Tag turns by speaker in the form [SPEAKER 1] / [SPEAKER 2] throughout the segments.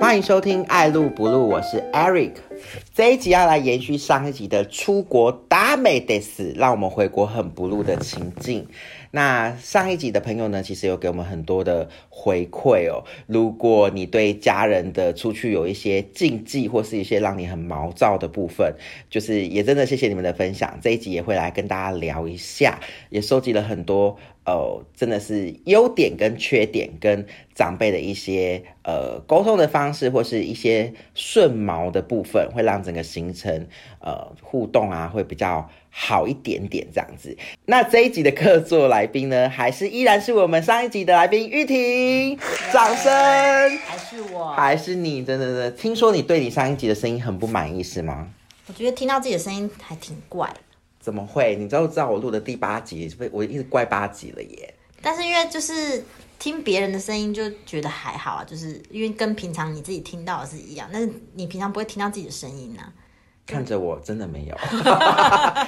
[SPEAKER 1] 欢迎收听《爱录不录》，我是 Eric。这一集要来延续上一集的出国达美得死，让我们回国很不录的情境。那上一集的朋友呢，其实有给我们很多的回馈哦。如果你对家人的出去有一些禁忌，或是一些让你很毛躁的部分，就是也真的谢谢你们的分享。这一集也会来跟大家聊一下，也收集了很多呃，真的是优点跟缺点，跟长辈的一些呃沟通的方式，或是一些顺毛的部分，会让整个行程呃互动啊会比较好一点点这样子。那这一集的客座来宾呢，还是依然是我们上一集的来宾玉婷，掌声。
[SPEAKER 2] 还是我，
[SPEAKER 1] 还是你，真的真的，听说你对你上一集的声音很不满意是吗？
[SPEAKER 2] 我觉得听到自己的声音还挺怪的，
[SPEAKER 1] 怎么会？你知道知道我录的第八集，被我一直怪八集了耶。
[SPEAKER 2] 但是因为就是听别人的声音就觉得还好啊，就是因为跟平常你自己听到的是一样，但是你平常不会听到自己的声音啊呢、
[SPEAKER 1] 看着我真的没有，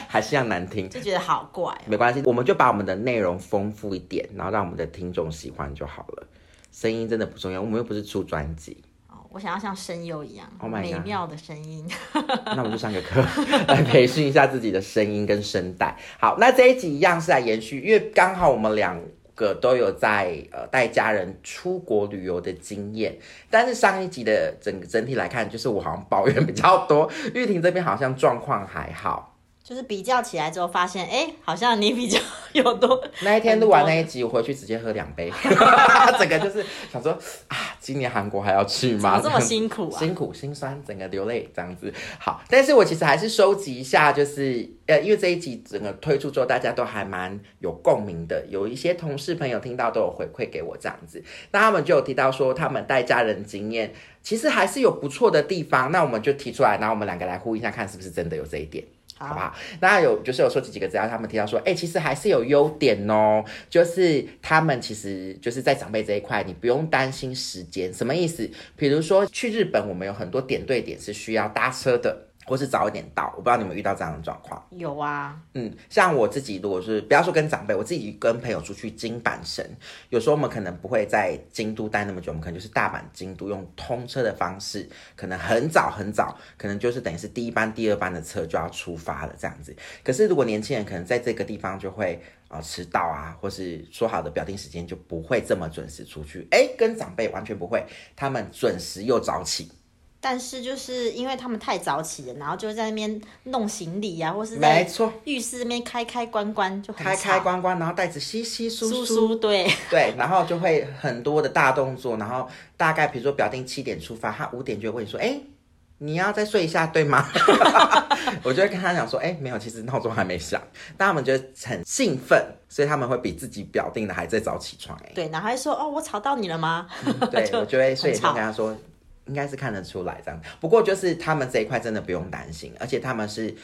[SPEAKER 1] 还是一样难听。
[SPEAKER 2] 就觉得好怪哦、
[SPEAKER 1] 没关系，我们就把我们的内容丰富一点，然后让我们的听众喜欢就好了。声音真的不重要，我们又不是出专辑。
[SPEAKER 2] 哦我想要像声优一样
[SPEAKER 1] Oh my
[SPEAKER 2] 美
[SPEAKER 1] God
[SPEAKER 2] 妙啊的声音。
[SPEAKER 1] 那我就上个课来培训一下自己的声音跟声带。好，那这一集一样是来延续，因为刚好我们两个都有在呃带家人出国旅游的经验，但是上一集的整整体来看，就是我好像抱怨比较多，玉婷这边好像状况还好。
[SPEAKER 2] 就是比较起来之后发现，哎、好像你比较有多
[SPEAKER 1] 那一天录完那一集，我回去直接喝两杯， 整个就是想说啊，今年韩国还要去
[SPEAKER 2] 怎么
[SPEAKER 1] 吗？
[SPEAKER 2] 这么辛苦啊？
[SPEAKER 1] 辛苦、心酸，整个流泪这样子。好，但是我其实还是收集一下，就是呃，因为这一集整个推出之后，大家都还蛮有共鸣的，有一些同事朋友听到都有回馈给我这样子。那他们就有提到说，他们带家人经验其实还是有不错的地方，那我们就提出来，然后我们两个来呼应一下，看是不是真的有这一点。好不
[SPEAKER 2] 好，
[SPEAKER 1] 好？那有就是有收集几个资料，他们提到说，哎、其实还是有优点哦，就是他们其实就是在长辈这一块，你不用担心时间，什么意思？比如说去日本，我们有很多点对点是需要搭车的。或是早一点到，我不知道你们遇到这样的状况。
[SPEAKER 2] 有啊，
[SPEAKER 1] 嗯，像我自己，如果是不要说跟长辈，我自己跟朋友出去金板神，有时候我们可能不会在京都待那么久，我们可能就是大阪、京都用通车的方式，可能很早很早，可能就是等于是第一班、第二班的车就要出发了这样子。可是如果年轻人可能在这个地方就会啊迟到啊，或是说好的表定时间就不会这么准时出去，哎，跟长辈完全不会，他们准时又早起，
[SPEAKER 2] 但是就是因为他们太早起了，然后就在那边弄行李啊，或是
[SPEAKER 1] 没
[SPEAKER 2] 在
[SPEAKER 1] 错，
[SPEAKER 2] 浴室那边开开关关，就很
[SPEAKER 1] 开开
[SPEAKER 2] 吵
[SPEAKER 1] 关关，然后袋子稀稀疏
[SPEAKER 2] 叔
[SPEAKER 1] 疏。
[SPEAKER 2] 叔对，
[SPEAKER 1] 对，然后就会很多的大动作，然后大概比如说表定七点出发，他五点就会问你说，哎、你要再睡一下，对吗？ 我就会跟他讲说，哎、没有，其实闹钟还没响。但他们觉得很兴奋，所以他们会比自己表定的还在早起床、哎，
[SPEAKER 2] 对，然后还说哦，我吵到你了吗？
[SPEAKER 1] 对，我就会所以就
[SPEAKER 2] 很吵
[SPEAKER 1] 跟他说，应该是看得出来这样。不过就是他们这一块真的不用担心，而且他们是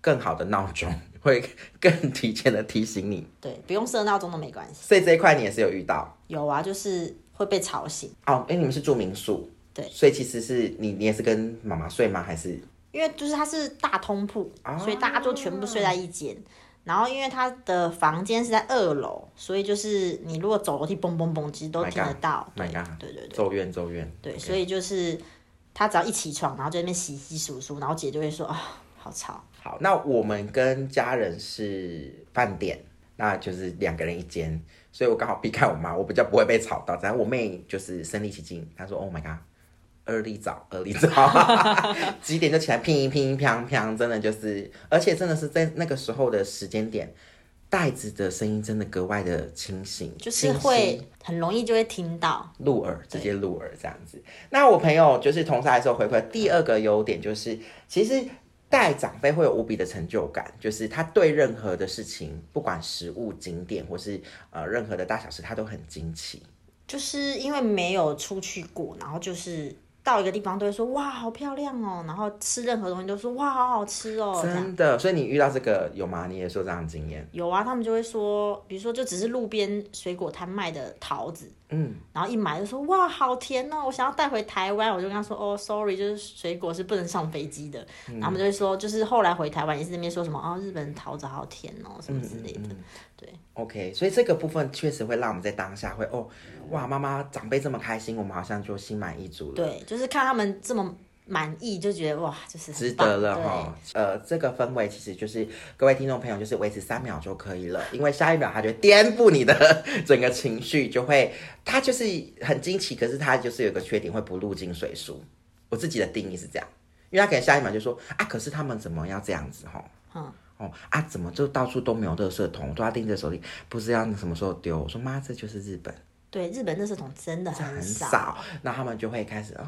[SPEAKER 1] 更好的闹钟，会更提前的提醒你。
[SPEAKER 2] 对，不用设闹钟都没关系。
[SPEAKER 1] 所以这一块你也是有遇到。
[SPEAKER 2] 有啊，就是会被吵醒，
[SPEAKER 1] 哦，哎，你们是住民宿，
[SPEAKER 2] 对
[SPEAKER 1] 所以其实是你，你也是跟妈妈睡吗？还是
[SPEAKER 2] 因为就是它是大通铺，
[SPEAKER 1] 啊
[SPEAKER 2] 所以大家就全部睡在一间。然后因为它的房间是在二楼，所以就是你如果走楼梯嘣嘣嘣，其实都
[SPEAKER 1] My
[SPEAKER 2] 听得
[SPEAKER 1] God，
[SPEAKER 2] 到。哦对
[SPEAKER 1] My God
[SPEAKER 2] 对对对
[SPEAKER 1] 咒怨咒怨？
[SPEAKER 2] 对，
[SPEAKER 1] OK
[SPEAKER 2] 所以就是他只要一起床，然后就在那边洗洗数数，然后姐就会说啊、好吵。
[SPEAKER 1] 好，那我们跟家人是饭店，那就是两个人一间，所以我刚好避开我妈，我比较不会被吵到。然后我妹就是身临其境，她说：“Oh my god，二力早，二力早， 几点就起来拼一拼一砰砰，真的就是，而且真的是在那个时候的时间点，袋子的声音真的格外的清醒，
[SPEAKER 2] 就是
[SPEAKER 1] 清晰
[SPEAKER 2] 会很容易就会听到，
[SPEAKER 1] 入耳，直接入耳这样子。那我朋友就是同事来的时候回馈，第二个优点就是，其实带长辈会有无比的成就感，就是他对任何的事情，不管食物、景点或是呃任何的大小事，他都很惊奇。
[SPEAKER 2] 就是因为没有出去过，然后就是到一个地方都会说哇好漂亮哦，然后吃任何东西都说哇好好吃哦，这样
[SPEAKER 1] 真的，所以你遇到这个有吗？你也是有这样的经验？
[SPEAKER 2] 有啊，他们就会说，比如说就只是路边水果摊卖的桃子，
[SPEAKER 1] 嗯，
[SPEAKER 2] 然后一买就说哇好甜哦，我想要带回台湾，我就跟他说哦，sorry，就是水果是不能上飞机的，
[SPEAKER 1] 嗯
[SPEAKER 2] 然后他们就会说，就是后来回台湾也是那边说什么哦，日本桃子好甜哦，什么之类
[SPEAKER 1] 嗯
[SPEAKER 2] 的，对，
[SPEAKER 1] OK，所以这个部分确实会让我们在当下会哦，哇，妈妈长辈这么开心，我们好像就心满意足了，
[SPEAKER 2] 对，就是看他们这么满意，就觉得哇，就是很
[SPEAKER 1] 值
[SPEAKER 2] 棒
[SPEAKER 1] 得了
[SPEAKER 2] 对
[SPEAKER 1] 哈。呃，这个氛围其实就是各位听众朋友，就是维持三秒就可以了，因为下一秒它就会颠覆你的整个情绪，就会它就是很惊奇，可是它就是有个缺点，会不入境水书。我自己的定义是这样，因为他可能下一秒就说啊，可是他们怎么要这样子哈？
[SPEAKER 2] 嗯
[SPEAKER 1] 哦啊，怎么就到处都没有垃圾桶，都要盯着手里，不知道什么时候丢。我说妈，这就是日本。
[SPEAKER 2] 对，日本垃圾桶真的很
[SPEAKER 1] 很
[SPEAKER 2] 少。
[SPEAKER 1] 少，那他们就会开始哦，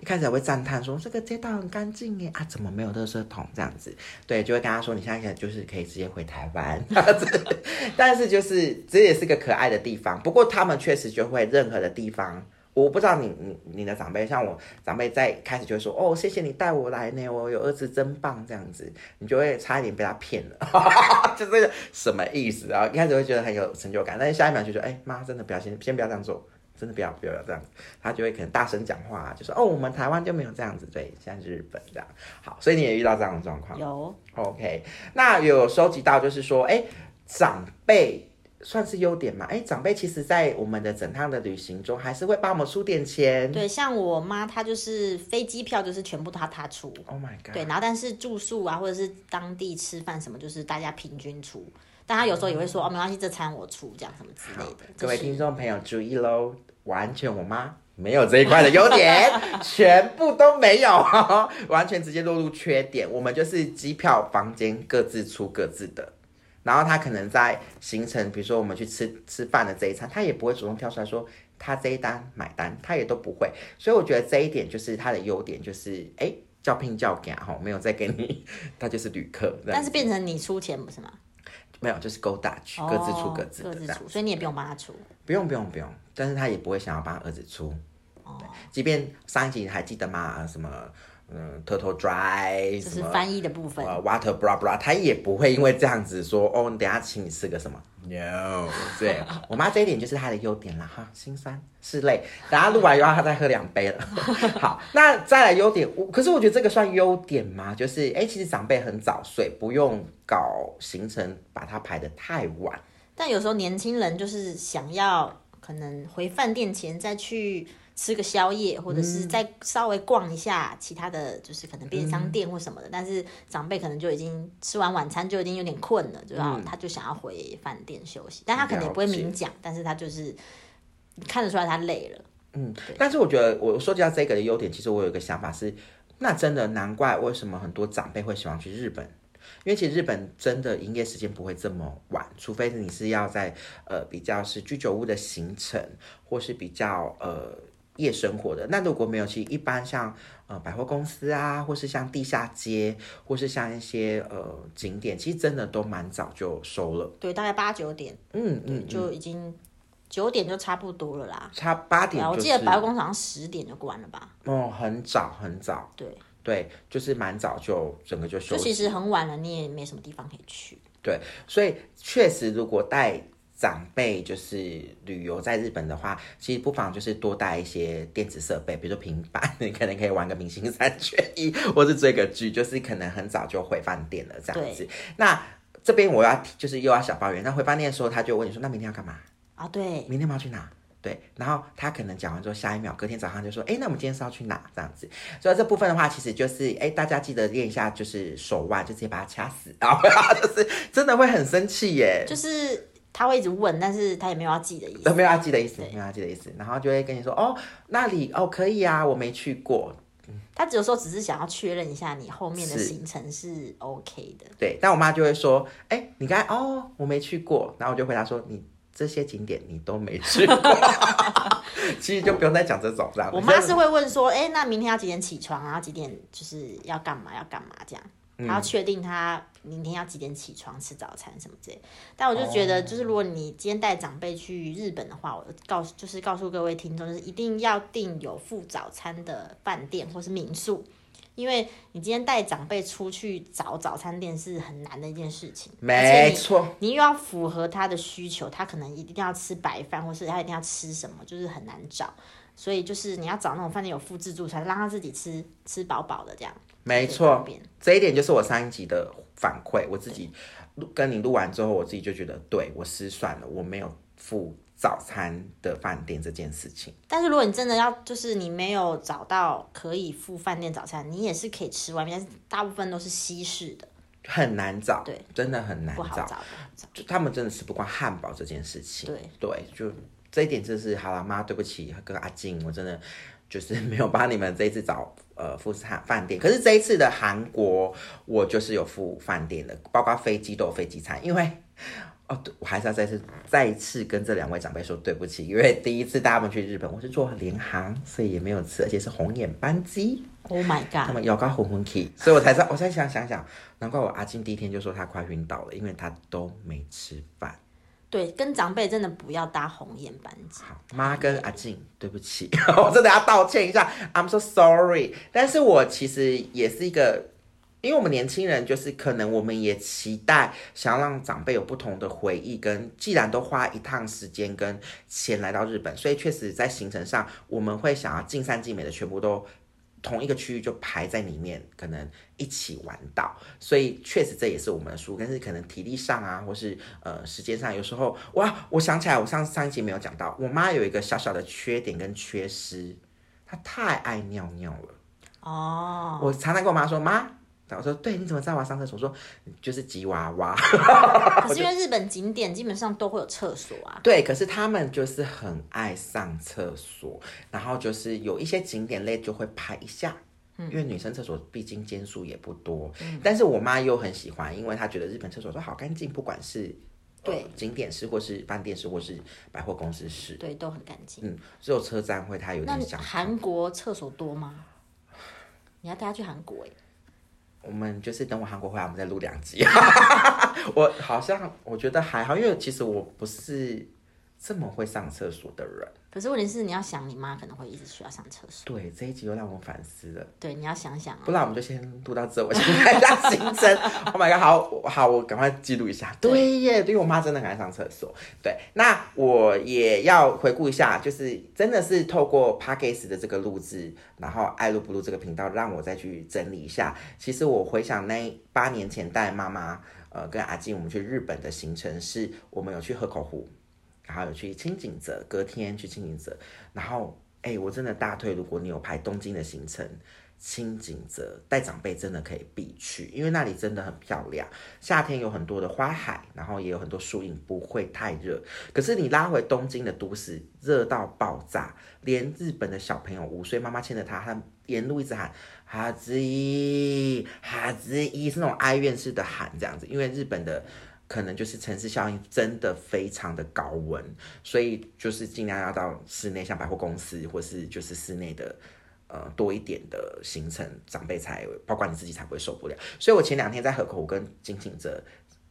[SPEAKER 1] 一开始还会赞叹说这个街道很干净耶啊，怎么没有垃圾桶这样子？对，就会跟他说你现在就是可以直接回台湾， 这样子但是就是这也是个可爱的地方，不过他们确实就会任何的地方。我不知道你你你的长辈，像我长辈在开始就会说哦，谢谢你带我来呢，我有儿子真棒这样子，你就会差一点被他骗了， 就这个什么意思啊？然后一开始会觉得很有成就感，但是下一秒就觉得哎妈，真的不要先先不要这样做，真的不要不要这样子，他就会可能大声讲话、就说哦，我们台湾就没有这样子，对，现在是日本这样。好，所以你也遇到这样的状况。
[SPEAKER 2] 有，
[SPEAKER 1] OK，那有收集到就是说，哎、长辈算是优点嘛？哎、长辈其实在我们的整趟的旅行中，还是会帮我们出点钱。
[SPEAKER 2] 对，像我妈她就是飞机票就是全部她她出，
[SPEAKER 1] Oh my god！
[SPEAKER 2] 对，然后但是住宿啊或者是当地吃饭什么就是大家平均出，但她有时候也会说哦没关系，这餐我出这样什么之
[SPEAKER 1] 嗯
[SPEAKER 2] 类
[SPEAKER 1] 好
[SPEAKER 2] 的，，
[SPEAKER 1] 各
[SPEAKER 2] 就
[SPEAKER 1] 位
[SPEAKER 2] 是
[SPEAKER 1] 听众朋友注意喽，完全我妈没有这一块的优 点，全部都没有、 哦，完全直接落入缺点。我们就是机票、房间各自出各自的。然后她可能在行程，比如说我们去吃吃饭的这一餐，她也不会主动跳出来说她这一单买单，她也都不会。所以我觉得这一点就是她的优点，就是哎叫聘叫给哈，没有再给你， 她就是旅客。这样
[SPEAKER 2] 但是变成你出钱不是吗？
[SPEAKER 1] 没有，就是 go Dutch，各自出
[SPEAKER 2] 哦
[SPEAKER 1] 各自
[SPEAKER 2] 各
[SPEAKER 1] 的这
[SPEAKER 2] 自
[SPEAKER 1] 样。
[SPEAKER 2] 出，所以你也不用帮她出。
[SPEAKER 1] 不用不用不用，但是他也不会想要帮儿子出。
[SPEAKER 2] 哦
[SPEAKER 1] 对即便上一集还记得吗？呃什么嗯，Turtle Dry，
[SPEAKER 2] 就
[SPEAKER 1] 什
[SPEAKER 2] 是
[SPEAKER 1] 么
[SPEAKER 2] 翻译的部分，
[SPEAKER 1] 呃 Water blah blah，他也不会因为这样子说哦，你等一下请你吃个什么。No，对 我妈这一点就是她的优点啦哈，心酸是泪。等下录完以后，她再喝两 杯了。好，那再来优点，我可是我觉得这个算优点吗？就是哎、其实长辈很早睡，不用搞行程把它排得太晚。
[SPEAKER 2] 但有时候年轻人就是想要可能回饭店前再去吃个宵夜，或者
[SPEAKER 1] 嗯
[SPEAKER 2] 是再稍微逛一下其他的就是可能便利商店或什么的，但是长辈可能就已经吃完晚餐就已经有点困了，就要、
[SPEAKER 1] 嗯
[SPEAKER 2] 他就想要回饭店休息，但他可能也不会明讲，但是他就是看得出来他累了。
[SPEAKER 1] 但是我觉得我说到这个的优点，其实我有一个想法是，那真的难怪为什么很多长辈会喜欢去日本。因为其实日本真的营业时间不会这么晚，除非你是要在呃比较是居酒屋的行程，或是比较呃夜生活的。那如果没有，其实一般像呃百货公司啊，或是像地下街，或是像一些呃景点，其实真的都蛮早就收了。
[SPEAKER 2] 对，大概八九点，
[SPEAKER 1] 嗯
[SPEAKER 2] 对，
[SPEAKER 1] 嗯，
[SPEAKER 2] 就已经九点就差不多了啦。
[SPEAKER 1] 差八点、
[SPEAKER 2] 对啊，
[SPEAKER 1] 就是。
[SPEAKER 2] 我记得百货工厂十点就关了吧？
[SPEAKER 1] 哦，很早很早。
[SPEAKER 2] 对
[SPEAKER 1] 对，就是蛮早就整个就休
[SPEAKER 2] 就
[SPEAKER 1] 息。
[SPEAKER 2] 其实很晚了，你也没什么地方可以去。
[SPEAKER 1] 对，所以确实，如果带长辈就是旅游在日本的话，其实不妨就是多带一些电子设备，比如说平板， 你可能可以玩个明星三缺一，或是追个剧，就是可能很早就回饭店了这样子。那这边我要提就是又要小抱怨，那回饭店的时候，他就问你说，那明天要干嘛？
[SPEAKER 2] 啊，对，
[SPEAKER 1] 明天我们要去哪？对，然后他可能讲完之后，下一秒隔天早上就说，哎，那我们今天是要去哪？这样子，所以这部分的话，其实就是，哎，大家记得练一下，就是手腕，就直接把它掐死， 然后就是真的会很生气耶，
[SPEAKER 2] 就是他会一直问，但是他也没有要记的意
[SPEAKER 1] 都
[SPEAKER 2] 思。
[SPEAKER 1] 没有要记的意思，没有要记的意思，然后就会跟你说，哦，那里哦可以啊，我没去过，
[SPEAKER 2] 他有时候只是想要确认一下你后面的
[SPEAKER 1] 是
[SPEAKER 2] 行程是 OK 的。
[SPEAKER 1] 对，但我妈就会说，哎，你刚才哦我没去过，然后我就回答说，你这些景点你都没去过， 其实就不用再讲这种了。
[SPEAKER 2] 我妈是会问说，哎、那明天要几点起床啊？然后几点就是要干嘛要干嘛这样。他要确定他明天要几点起床吃早餐什么之类的。但我就觉得，就是如果你今天带长辈去日本的话，我告诉就是告诉各位听众，就是一定要订有附早餐的饭店或是民宿，因为你今天带长辈出去找早餐店是很难的一件事情。而且
[SPEAKER 1] 没
[SPEAKER 2] 你
[SPEAKER 1] 错，
[SPEAKER 2] 你又要符合他的需求，他可能一定要吃白饭，或是他一定要吃什么，就是很难找。所以就是你要找那种饭店有附自助餐，让他自己吃吃饱饱的这样。
[SPEAKER 1] 没
[SPEAKER 2] 最
[SPEAKER 1] 错
[SPEAKER 2] 方便，
[SPEAKER 1] 这一点就是我上一集的反馈。我自己录跟你录完之后，我自己就觉得，对我失算了，我没有付早餐的饭店这件事情。
[SPEAKER 2] 但是如果你真的要，就是你没有找到可以付饭店早餐，你也是可以吃外面，但是大部分都是西式的，
[SPEAKER 1] 很难找，
[SPEAKER 2] 对，
[SPEAKER 1] 真的很难
[SPEAKER 2] 不好
[SPEAKER 1] 找，
[SPEAKER 2] 找。
[SPEAKER 1] 就他们真的吃不惯汉堡这件事情，
[SPEAKER 2] 对
[SPEAKER 1] 就这一点真是好啦，妈，对不起，跟阿静，我真的就是没有帮你们这一次找呃富士汉饭店，可是这一次的韩国我就是有付饭店的，包括飞机都有飞机餐，因为。哦，对，我还是要再次再一次跟这两位长辈说对不起，因为第一次带他们去日本，我是坐联航，所以也没有吃，而且是红眼班机。
[SPEAKER 2] Oh my
[SPEAKER 1] 他
[SPEAKER 2] god！
[SPEAKER 1] 们摇到昏昏去，所以我才知道。我现在想想想，难怪我阿金第一天就说他快晕倒了，因为他都没吃饭。
[SPEAKER 2] 对，跟长辈真的不要搭红眼班机。
[SPEAKER 1] 好，妈跟阿静，对不起， 我真的要道歉一下，I'm so sorry。但是我其实也是一个，因为我们年轻人就是可能我们也期待想要让长辈有不同的回忆，跟既然都花一趟时间跟钱来到日本，所以确实在行程上我们会想要尽善尽美的全部都。同一个区域就排在里面，可能一起玩到，所以确实这也是我们的输入，但是可能体力上啊，或是呃时间上，有时候哇，我想起来，我上上一集没有讲到，我妈有一个小小的缺点跟缺失，她太爱尿尿了。
[SPEAKER 2] 哦，
[SPEAKER 1] 我常常跟我妈说，妈，然后我说对，你怎么知道我要上厕所？我说就是吉娃娃。
[SPEAKER 2] 可是因为日本景点基本上都会有厕所啊。
[SPEAKER 1] 对，可是他们就是很爱上厕所，然后就是有一些景点类就会拍一下。
[SPEAKER 2] 嗯
[SPEAKER 1] 因为女生厕所毕竟间数也不多，但是我妈又很喜欢，因为她觉得日本厕所都好干净，不管是呃
[SPEAKER 2] 对
[SPEAKER 1] 景点式或是饭店式或是百货公司式，
[SPEAKER 2] 对，都很干净。
[SPEAKER 1] 嗯，只有车站会她有
[SPEAKER 2] 那
[SPEAKER 1] 点想。
[SPEAKER 2] 韩国厕所多吗？你要带他去韩国哎、
[SPEAKER 1] 我们就是等我韩国回来，我们再录两集。 我好像我觉得还好，因为其实我不是这么会上厕所的人。
[SPEAKER 2] 可是问题是你要想，你妈可能会一直需要上厕所。
[SPEAKER 1] 对，这一集又让我反思了。
[SPEAKER 2] 对，你要想想啊
[SPEAKER 1] 不。然我们就先录到这，我先看一下行程。Oh my god，好我好，我赶快记录一下。对耶，对我妈真的很爱上厕所。对，那我也要回顾一下，就是真的是透过 p a c k a s e 的这个录制，然后爱录不录这个频道，让我再去整理一下。其实我回想那八年前带妈妈呃跟阿静我们去日本的行程是，我们有去河口湖，然后有去清景泽，隔天去清景泽，然后哎、我真的大推，如果你有排东京的行程。清景泽带长辈真的可以必去，因为那里真的很漂亮。夏天有很多的花海，然后也有很多树荫，不会太热。可是你拉回东京的都市，热到爆炸，连日本的小朋友五岁，妈妈牵着他，他沿路一直喊“哈子一，哈子一”，是那种哀怨式的喊这样子。因为日本的可能就是城市效应真的非常的高温，所以就是尽量要到室内，像百货公司或是就是室内的。呃多一点的行程，长辈才包括你自己才不会受不了。所以我前两天在河口湖跟金井泽，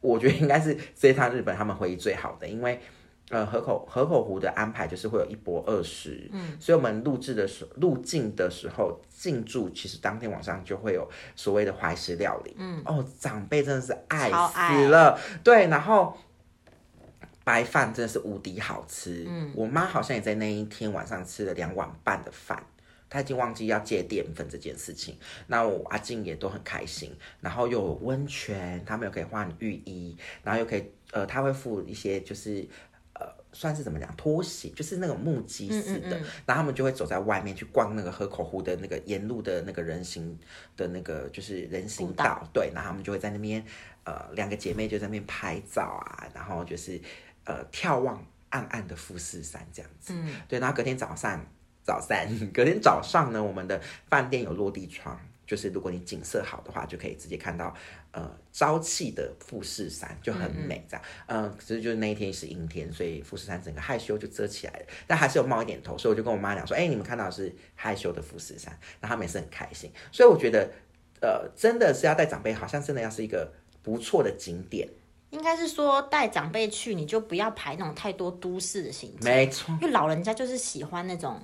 [SPEAKER 1] 我觉得应该是这一趟日本他们回忆最好的，因为。呃，河口河口湖的安排就是会有一波二十，嗯，所以我们录制的时入境的时候进驻，其实当天晚上就会有所谓的怀石料理，嗯，哦，长辈真的是爱
[SPEAKER 2] 超爱
[SPEAKER 1] 死了，对，然后白饭真的是无敌好吃，嗯，我妈好像也在那一天晚上吃了两碗半的饭，他已经忘记要戒淀粉这件事情。那我阿静也都很开心，然后又有温泉，他们又可以换浴衣，然后又可以呃，他会附一些就是。呃，算是怎么讲拖鞋，就是那种木屐似
[SPEAKER 2] 嗯
[SPEAKER 1] 的，然后他们就会走在外面去逛那个河口湖的那个沿路的那个人行的那个就是人行
[SPEAKER 2] 步
[SPEAKER 1] 道，
[SPEAKER 2] 道
[SPEAKER 1] 对，然后他们就会在那边呃两个姐妹就在那边拍照啊，然后就是呃眺望暗暗的富士山这样子，
[SPEAKER 2] 嗯
[SPEAKER 1] 对，然后隔天早上，早上， 隔天早上呢，我们的饭店有落地窗，就是如果你景色好的话，就可以直接看到呃朝气的富士山，就很美这样。嗯、呃，只是就是那一天是阴天，所以富士山整个害羞就遮起来了，但还是有冒一点头，所以我就跟我妈讲说，哎、你们看到的是害羞的富士山，然后她们也是很开心，所以我觉得。呃，真的是要带长辈，好像真的要是一个不错的景点。
[SPEAKER 2] 应该是说带长辈去，你就不要排那种太多都市的行程，
[SPEAKER 1] 没错，
[SPEAKER 2] 因为老人家就是喜欢那种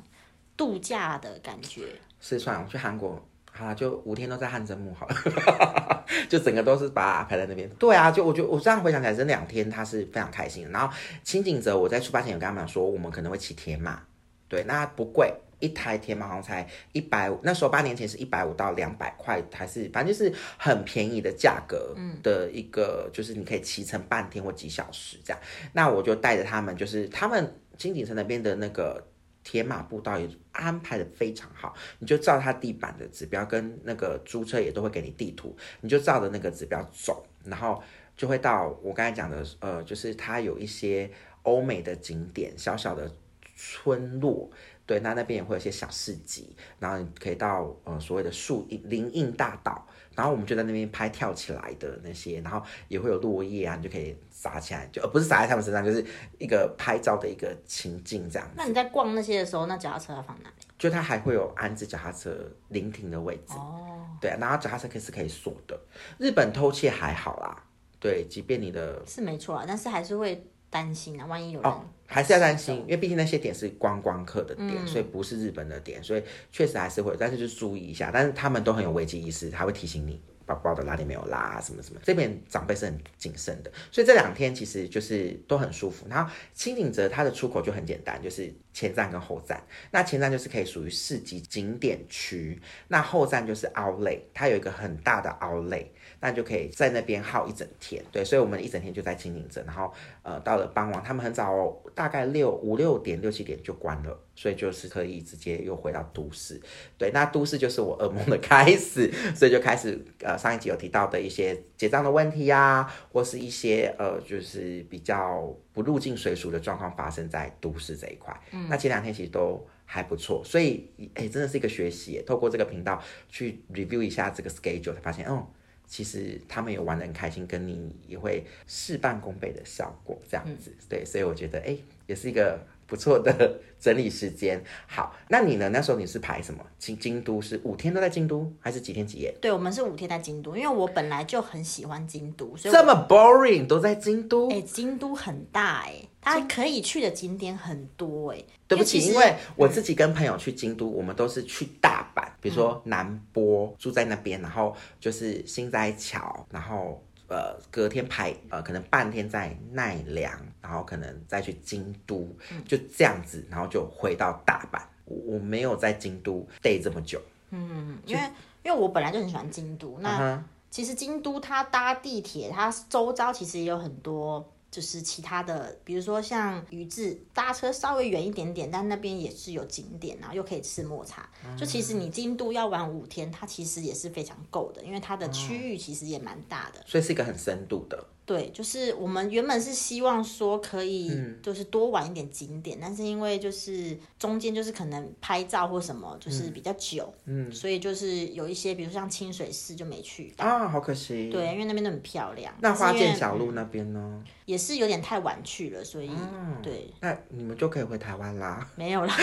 [SPEAKER 2] 度假的感觉。
[SPEAKER 1] 是算了，我去韩国，好了，就五天都在汗蒸幕好了， 就整个都是把它排在那边。对啊，就我觉得我这样回想起来，这两天他是非常开心的。然后清景泽，我在出发前有跟他们讲说，我们可能会骑铁马，对，那不贵。一台铁马好像才一百五，那时候八年前是一百五到两百块，还是反正就是很便宜的价格的一个，就是你可以骑乘半天或几小时这样。那我就带着他们，就是他们金景城那边的那个铁马步道也安排的非常好，你就照它地板的指标跟那个租车也都会给你地图，你就照着那个指标走，然后就会到我刚才讲的，呃，就是它有一些欧美的景点，小小的村落。对，那那边也会有一些小市集，然后你可以到呃所谓的树荫林荫大道，然后我们就在那边拍跳起来的那些，然后也会有落叶啊，你就可以砸起来，就呃不是砸在他们身上，就是一个拍照的一个情境这样。
[SPEAKER 2] 那你在逛那些的时候，那脚踏车要放哪里？
[SPEAKER 1] 就它还会有安置脚踏车临停的位置，
[SPEAKER 2] 哦，
[SPEAKER 1] 对、啊，然后脚踏车可以是可以锁的。日本偷窃还好啦，对，即便你的
[SPEAKER 2] 是没错啊，但是还是会担心啊，万一有人、
[SPEAKER 1] 哦，还是要担心，因为毕竟那些点是观光客的点，所以不是日本的点，所以确实还是会有，但是就是注意一下。但是他们都很有危机意识，他会提醒你包包的拉链没有拉啊，什么什么。这边长辈是很谨慎的，所以这两天其实就是都很舒服。然后清景泽它的出口就很简单，就是前站跟后站。那前站就是可以属于市集景点区，那后站就是 Outlet，它有一个很大的 Outlet。那就可以在那边耗一整天，对，所以我们一整天就在清景镇，然后呃到了傍晚，他们很早、哦，大概六五六点六七点就关了，所以就是可以直接又回到都市，对，那都市就是我噩梦的开始，所以就开始呃上一集有提到的一些结账的问题呀、啊，或是一些呃就是比较不入境随俗的状况发生在都市这一块，那前两天其实都。还不错，所以哎、真的是一个学习耶。透过这个频道去 review 一下这个 schedule，才发现，嗯，其实他们也玩得很开心，跟你也会事半功倍的效果，这样子。对，所以我觉得，哎、也是一个不错的整理时间。好，那你呢？那时候你是排什么？京京都是五天都在京都，还是几天几夜？
[SPEAKER 2] 对我们是五天在京都，因为我本来就很喜欢京都，所以我
[SPEAKER 1] 这么 boring 都在京都？
[SPEAKER 2] 哎、京都很大哎、它可以去的景点很多哎、
[SPEAKER 1] 对不起，
[SPEAKER 2] 因
[SPEAKER 1] 因
[SPEAKER 2] 为其
[SPEAKER 1] 为
[SPEAKER 2] 实嗯
[SPEAKER 1] 我自己跟朋友去京都，我们都是去大阪，比如说南波住在那边，然后就是新斋桥，然后呃隔天排呃可能半天在奈良，然后可能再去京都，
[SPEAKER 2] 嗯
[SPEAKER 1] 就这样子，然后就回到大阪。我我没有在京都 stay 这么久，
[SPEAKER 2] 嗯因为因为我本来就很喜欢京都，那
[SPEAKER 1] 嗯
[SPEAKER 2] 其实京都它搭地铁，它周遭其实也有很多就是其他的，比如说像宇治，搭车稍微远一点点，但那边也是有景点，然后又可以吃抹茶。就其
[SPEAKER 1] 嗯
[SPEAKER 2] 实你京都要玩五天，它其实也是非常够的，因为它的区域其实也蛮大的。
[SPEAKER 1] 所以是一个很深度的。
[SPEAKER 2] 对，就是我们原本是希望说可以
[SPEAKER 1] 嗯
[SPEAKER 2] 就是多玩一点景点，但是因为就是中间就是可能拍照或什么就是比较久，嗯，所以就是有一些比如像清水寺就没去到，
[SPEAKER 1] 啊，好可惜。
[SPEAKER 2] 对，因为那边都很漂亮。
[SPEAKER 1] 那
[SPEAKER 2] 但是
[SPEAKER 1] 花
[SPEAKER 2] 因为
[SPEAKER 1] 见小路那边呢？
[SPEAKER 2] 也是有点太晚去了，所以、
[SPEAKER 1] 啊
[SPEAKER 2] 对
[SPEAKER 1] 那你们就可以回台湾啦，
[SPEAKER 2] 没有啦。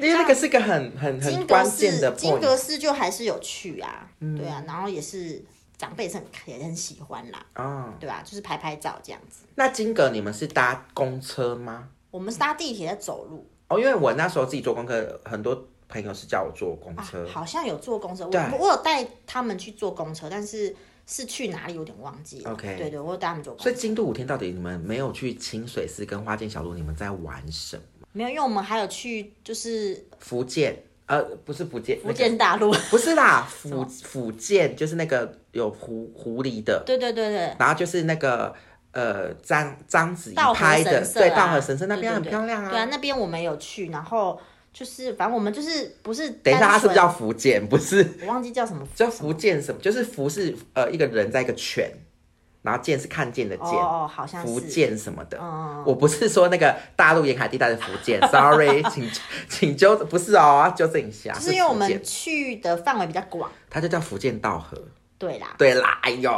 [SPEAKER 1] 因为那个是一个很很
[SPEAKER 2] 金
[SPEAKER 1] 很
[SPEAKER 2] 阁
[SPEAKER 1] 关键
[SPEAKER 2] 寺
[SPEAKER 1] 的
[SPEAKER 2] 金
[SPEAKER 1] point。嗯
[SPEAKER 2] 阁寺就还是有去啊，对啊，然后也是长辈也是很也很喜欢啦，
[SPEAKER 1] 啊，
[SPEAKER 2] 对啊，就是拍拍照这样子。
[SPEAKER 1] 那金阁你们是搭公车吗？
[SPEAKER 2] 我们是搭地铁在走路，
[SPEAKER 1] 哦，因为我那时候自己做功课，很多朋友是叫我坐公车。
[SPEAKER 2] 啊好像有坐公车，我
[SPEAKER 1] 对
[SPEAKER 2] 我有带他们去坐公车，但是是去哪里有点忘记了。
[SPEAKER 1] OK
[SPEAKER 2] 对对，我有带他们坐公
[SPEAKER 1] 所
[SPEAKER 2] 车
[SPEAKER 1] 以，京都五天到底你们没有去清水寺跟花见小路，你们在玩什么？
[SPEAKER 2] 没有，因为我们还有去就是
[SPEAKER 1] 福建，呃，不是福建，
[SPEAKER 2] 福建大陆，
[SPEAKER 1] 那个不是啦，福福建就是那个有狐狐狸的，
[SPEAKER 2] 对对对对，
[SPEAKER 1] 然后就是那个呃章章子怡
[SPEAKER 2] 道和
[SPEAKER 1] 拍的，
[SPEAKER 2] 神社、啊，
[SPEAKER 1] 对，道和神社那边
[SPEAKER 2] 对
[SPEAKER 1] 很
[SPEAKER 2] 对对
[SPEAKER 1] 漂亮啊。
[SPEAKER 2] 对啊，那边我们有去，然后就是反正我们就是不是
[SPEAKER 1] 等一下，它
[SPEAKER 2] 单纯
[SPEAKER 1] 是不是叫福建？不是，
[SPEAKER 2] 我忘记叫什么
[SPEAKER 1] 叫
[SPEAKER 2] 什么
[SPEAKER 1] 福建什么？就是福是呃一个人在一个犬，然后见是看见的见，
[SPEAKER 2] 哦哦，好像
[SPEAKER 1] 福
[SPEAKER 2] 是。
[SPEAKER 1] 建什么的。
[SPEAKER 2] 嗯
[SPEAKER 1] 我不是说那个大陆沿海地带的福建 ，sorry，请请纠不是哦，纠正一下，
[SPEAKER 2] 就是是因为我
[SPEAKER 1] 福
[SPEAKER 2] 们
[SPEAKER 1] 建
[SPEAKER 2] 去的范围比较广，
[SPEAKER 1] 它就叫福建道河。
[SPEAKER 2] 对啦，
[SPEAKER 1] 对啦，哎呦，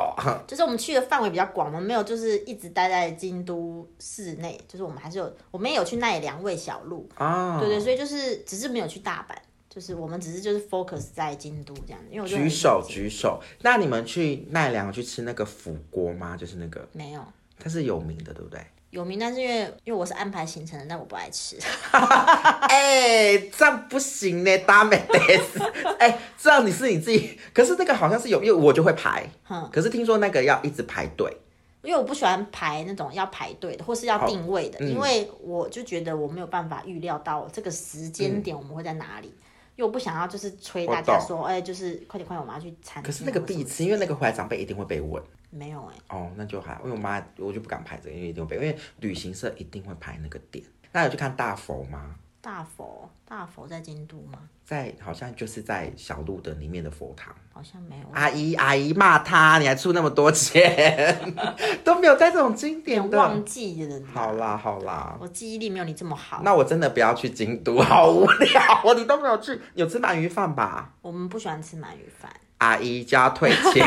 [SPEAKER 2] 就是我们去的范围比较广，我们没有就是一直待在京都市内，就是我们还是有，我们也有去奈良卫小路，
[SPEAKER 1] 哦，
[SPEAKER 2] 对对，所以就是只是没有去大阪，就是我们只是就是 focus 在京都这样，因为我就很
[SPEAKER 1] 举手
[SPEAKER 2] 想
[SPEAKER 1] 举手。那你们去奈良有去吃那个腐锅吗？就是那个，
[SPEAKER 2] 没有
[SPEAKER 1] 它是有名的，对不对？
[SPEAKER 2] 有名，但是因为因为我是安排行程的，但我不爱吃。
[SPEAKER 1] 哎、这样不行呢，搭美得 死。哎、这样你是你自己，可是那个好像是有，因为我就会排，
[SPEAKER 2] 哼
[SPEAKER 1] 可是听说那个要一直排队，
[SPEAKER 2] 因为我不喜欢排那种要排队的，或是要定位的，
[SPEAKER 1] 嗯
[SPEAKER 2] 因为我就觉得我没有办法预料到这个时间点我们会在哪里，因为我不想要就是催大家
[SPEAKER 1] 我懂
[SPEAKER 2] 说，哎、就是快点快点，我们要去餐厅。
[SPEAKER 1] 可是那个必
[SPEAKER 2] 嗯
[SPEAKER 1] 吃，因为那个回来长辈一定会被问。
[SPEAKER 2] 没有哎、
[SPEAKER 1] 哦，那就还好，因为我妈我就不敢排这个，因为一定会被，因为旅行社一定会排那个点。那有去看大佛吗？
[SPEAKER 2] 大佛大佛在京都吗？
[SPEAKER 1] 在好像就是在小路的里面的佛堂。
[SPEAKER 2] 好像没有，
[SPEAKER 1] 阿姨，阿姨骂他，你还出那么多钱， 都没有在这种经
[SPEAKER 2] 有点
[SPEAKER 1] 典的
[SPEAKER 2] 忘。记了。
[SPEAKER 1] 好啦，好啦，
[SPEAKER 2] 我记忆力没有你这么好，
[SPEAKER 1] 那我真的不要去京都，好无聊哦！你都没有去，有吃鳗鱼饭吧？
[SPEAKER 2] 我们不喜欢吃鳗鱼饭，
[SPEAKER 1] 阿姨就要退 钱，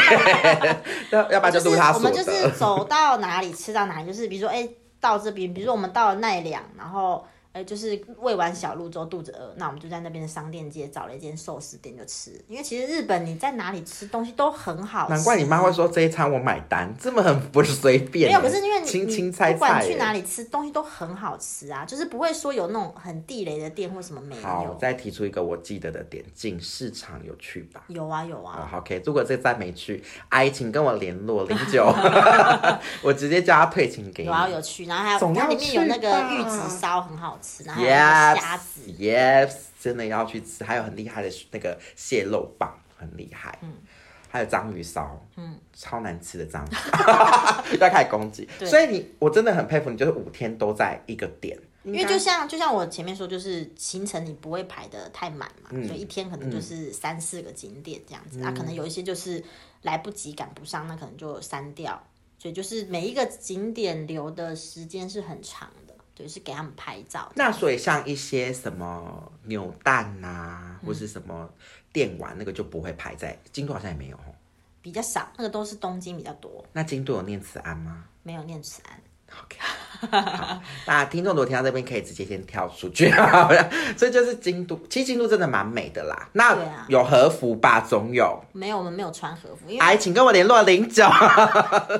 [SPEAKER 1] 要要不然就录他
[SPEAKER 2] 我
[SPEAKER 1] 说
[SPEAKER 2] 们就
[SPEAKER 1] 的。
[SPEAKER 2] 是走到哪里吃到哪里，就是比如说，哎、到这边，比如说我们到了奈良，然后，哎、就是喂完小鹿之后肚子饿，那我们就在那边的商店街找了一间寿司店就吃。因为其实日本你在哪里吃东西都很好吃，
[SPEAKER 1] 难怪你妈会说这一餐我买单，这么很不是随便耶。
[SPEAKER 2] 没有，可是因为你
[SPEAKER 1] 青
[SPEAKER 2] 你
[SPEAKER 1] 青菜
[SPEAKER 2] 不管
[SPEAKER 1] 菜耶。欸
[SPEAKER 2] 去哪里吃东西都很好吃啊，就是不会说有那种很地雷的店或什么没
[SPEAKER 1] 好，
[SPEAKER 2] 有。
[SPEAKER 1] 再提出一个我记得的点，进市场有去吧？
[SPEAKER 2] 有啊有啊，
[SPEAKER 1] 啊、好 o k 如果这站没去，哎，请跟我联络零 九，我直接叫他退钱给你。
[SPEAKER 2] 有啊有去，然后还有
[SPEAKER 1] 总要
[SPEAKER 2] 它里面有那个
[SPEAKER 1] 去吧
[SPEAKER 2] 玉子烧很好吃，然后还有那个虾
[SPEAKER 1] Yes,
[SPEAKER 2] 子
[SPEAKER 1] yes，真的要去吃，还有很厉害的那个蟹肉棒，很厉害。嗯，还有章鱼烧，嗯，超难吃的章鱼 烧，要开始攻击。
[SPEAKER 2] 对
[SPEAKER 1] 所以你，我真的很佩服你，就是五天都在一个点，因
[SPEAKER 2] 因为就像就像我前面说，就是行程你不会排的太满嘛，
[SPEAKER 1] 嗯
[SPEAKER 2] 所以一天可能就是三四个景点这样子，啊那、可能有一些就是来不及赶不上，那可能就删掉，所以就是每一个景点留的时间是很长的，对，是给他们拍照。
[SPEAKER 1] 那所以像一些什么扭蛋呐、
[SPEAKER 2] 嗯
[SPEAKER 1] 或是什么电玩，那个就不会排在京都，好像也没有哦。
[SPEAKER 2] 比较少，那个都是东京比较多，
[SPEAKER 1] 那京都有念慈庵吗？
[SPEAKER 2] 没有念慈庵。
[SPEAKER 1] 那听众如果听到这边，可以直接先跳出去，这就是京都。其实京都真的蛮美的啦。
[SPEAKER 2] 对
[SPEAKER 1] 那
[SPEAKER 2] 啊
[SPEAKER 1] 有和服吧，总有。
[SPEAKER 2] 没有，我们没有穿和服，因为
[SPEAKER 1] 哎，请跟我联络零九，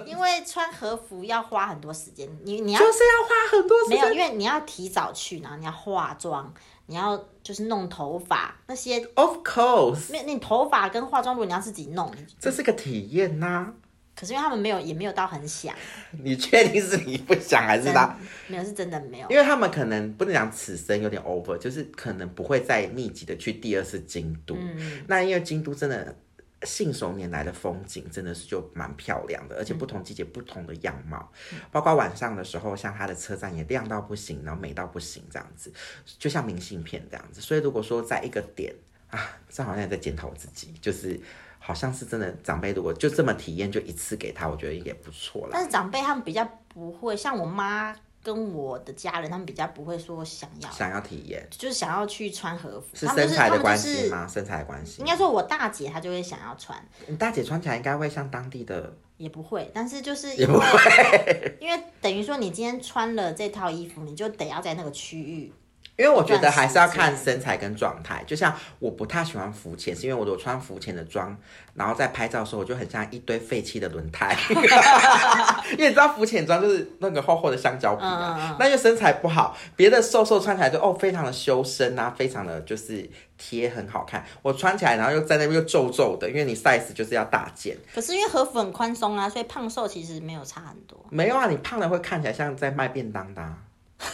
[SPEAKER 2] 因为穿和服要花很多时间，你你要
[SPEAKER 1] 就是要花很多时
[SPEAKER 2] 没有，
[SPEAKER 1] 间。
[SPEAKER 2] 因为你要提早去，然后你要化妆，你要就是弄头发那些
[SPEAKER 1] Of course，
[SPEAKER 2] 没有，你头发跟化妆，如果你要自己弄，
[SPEAKER 1] 这是个体验呐、
[SPEAKER 2] 可是因为他们没有，也没有到很想，
[SPEAKER 1] 你确定是你不想还是他？
[SPEAKER 2] 没有是真的没有
[SPEAKER 1] 因。为他们可能不能讲此生有点 over，就是可能不会再密集的去第二次京都。
[SPEAKER 2] 嗯
[SPEAKER 1] 那因为京都真的信手拈来的风景真的是就蛮漂亮的，而且
[SPEAKER 2] 嗯
[SPEAKER 1] 不同季节不同的样貌，包括晚上的时候，像它的车站也亮到不行，然后美到不行这样子，就像明信片这样子。所以如果说在一个点啊，这好像也在检讨我自己，就是好像是真的长辈如果就这么体验就一次给他，我觉得也不错啦。
[SPEAKER 2] 但是长辈他们比较不会，像我妈跟我的家人，他们比较不会说想要，
[SPEAKER 1] 想要体验
[SPEAKER 2] 就是想要去穿和服。
[SPEAKER 1] 是
[SPEAKER 2] 他们
[SPEAKER 1] 身
[SPEAKER 2] 就是
[SPEAKER 1] 材
[SPEAKER 2] 他
[SPEAKER 1] 的
[SPEAKER 2] 们就
[SPEAKER 1] 关系
[SPEAKER 2] 是
[SPEAKER 1] 吗？身材的关系
[SPEAKER 2] 应。该说，我大姐她就会想要穿，
[SPEAKER 1] 你大姐穿起来应该会像当地的，
[SPEAKER 2] 也不会，但是就是
[SPEAKER 1] 也
[SPEAKER 2] 因
[SPEAKER 1] 不
[SPEAKER 2] 为
[SPEAKER 1] 会，
[SPEAKER 2] 因为等于说你今天穿了这套衣服，你就得要在那个区域。
[SPEAKER 1] 因为我觉得还是要看身材跟状态。就像我不太喜欢浮潜，是因为我如果穿浮潜的装，然后在拍照的时候，我就很像一堆废弃的轮 胎。因为你知道浮潜装就是那个厚厚的橡胶皮
[SPEAKER 2] 嗯嗯
[SPEAKER 1] 啊
[SPEAKER 2] 嗯，
[SPEAKER 1] 那就身材不好，别的瘦瘦穿起来就哦非常的修身啊，非常的就是贴很好看。我穿起来然后又在那边又皱皱的，因为你 size 就是要大件。
[SPEAKER 2] 可是因为和服很宽松啊，所以胖瘦其实没有差很多。
[SPEAKER 1] 没有啊，你胖了会看起来像在卖便当的、啊，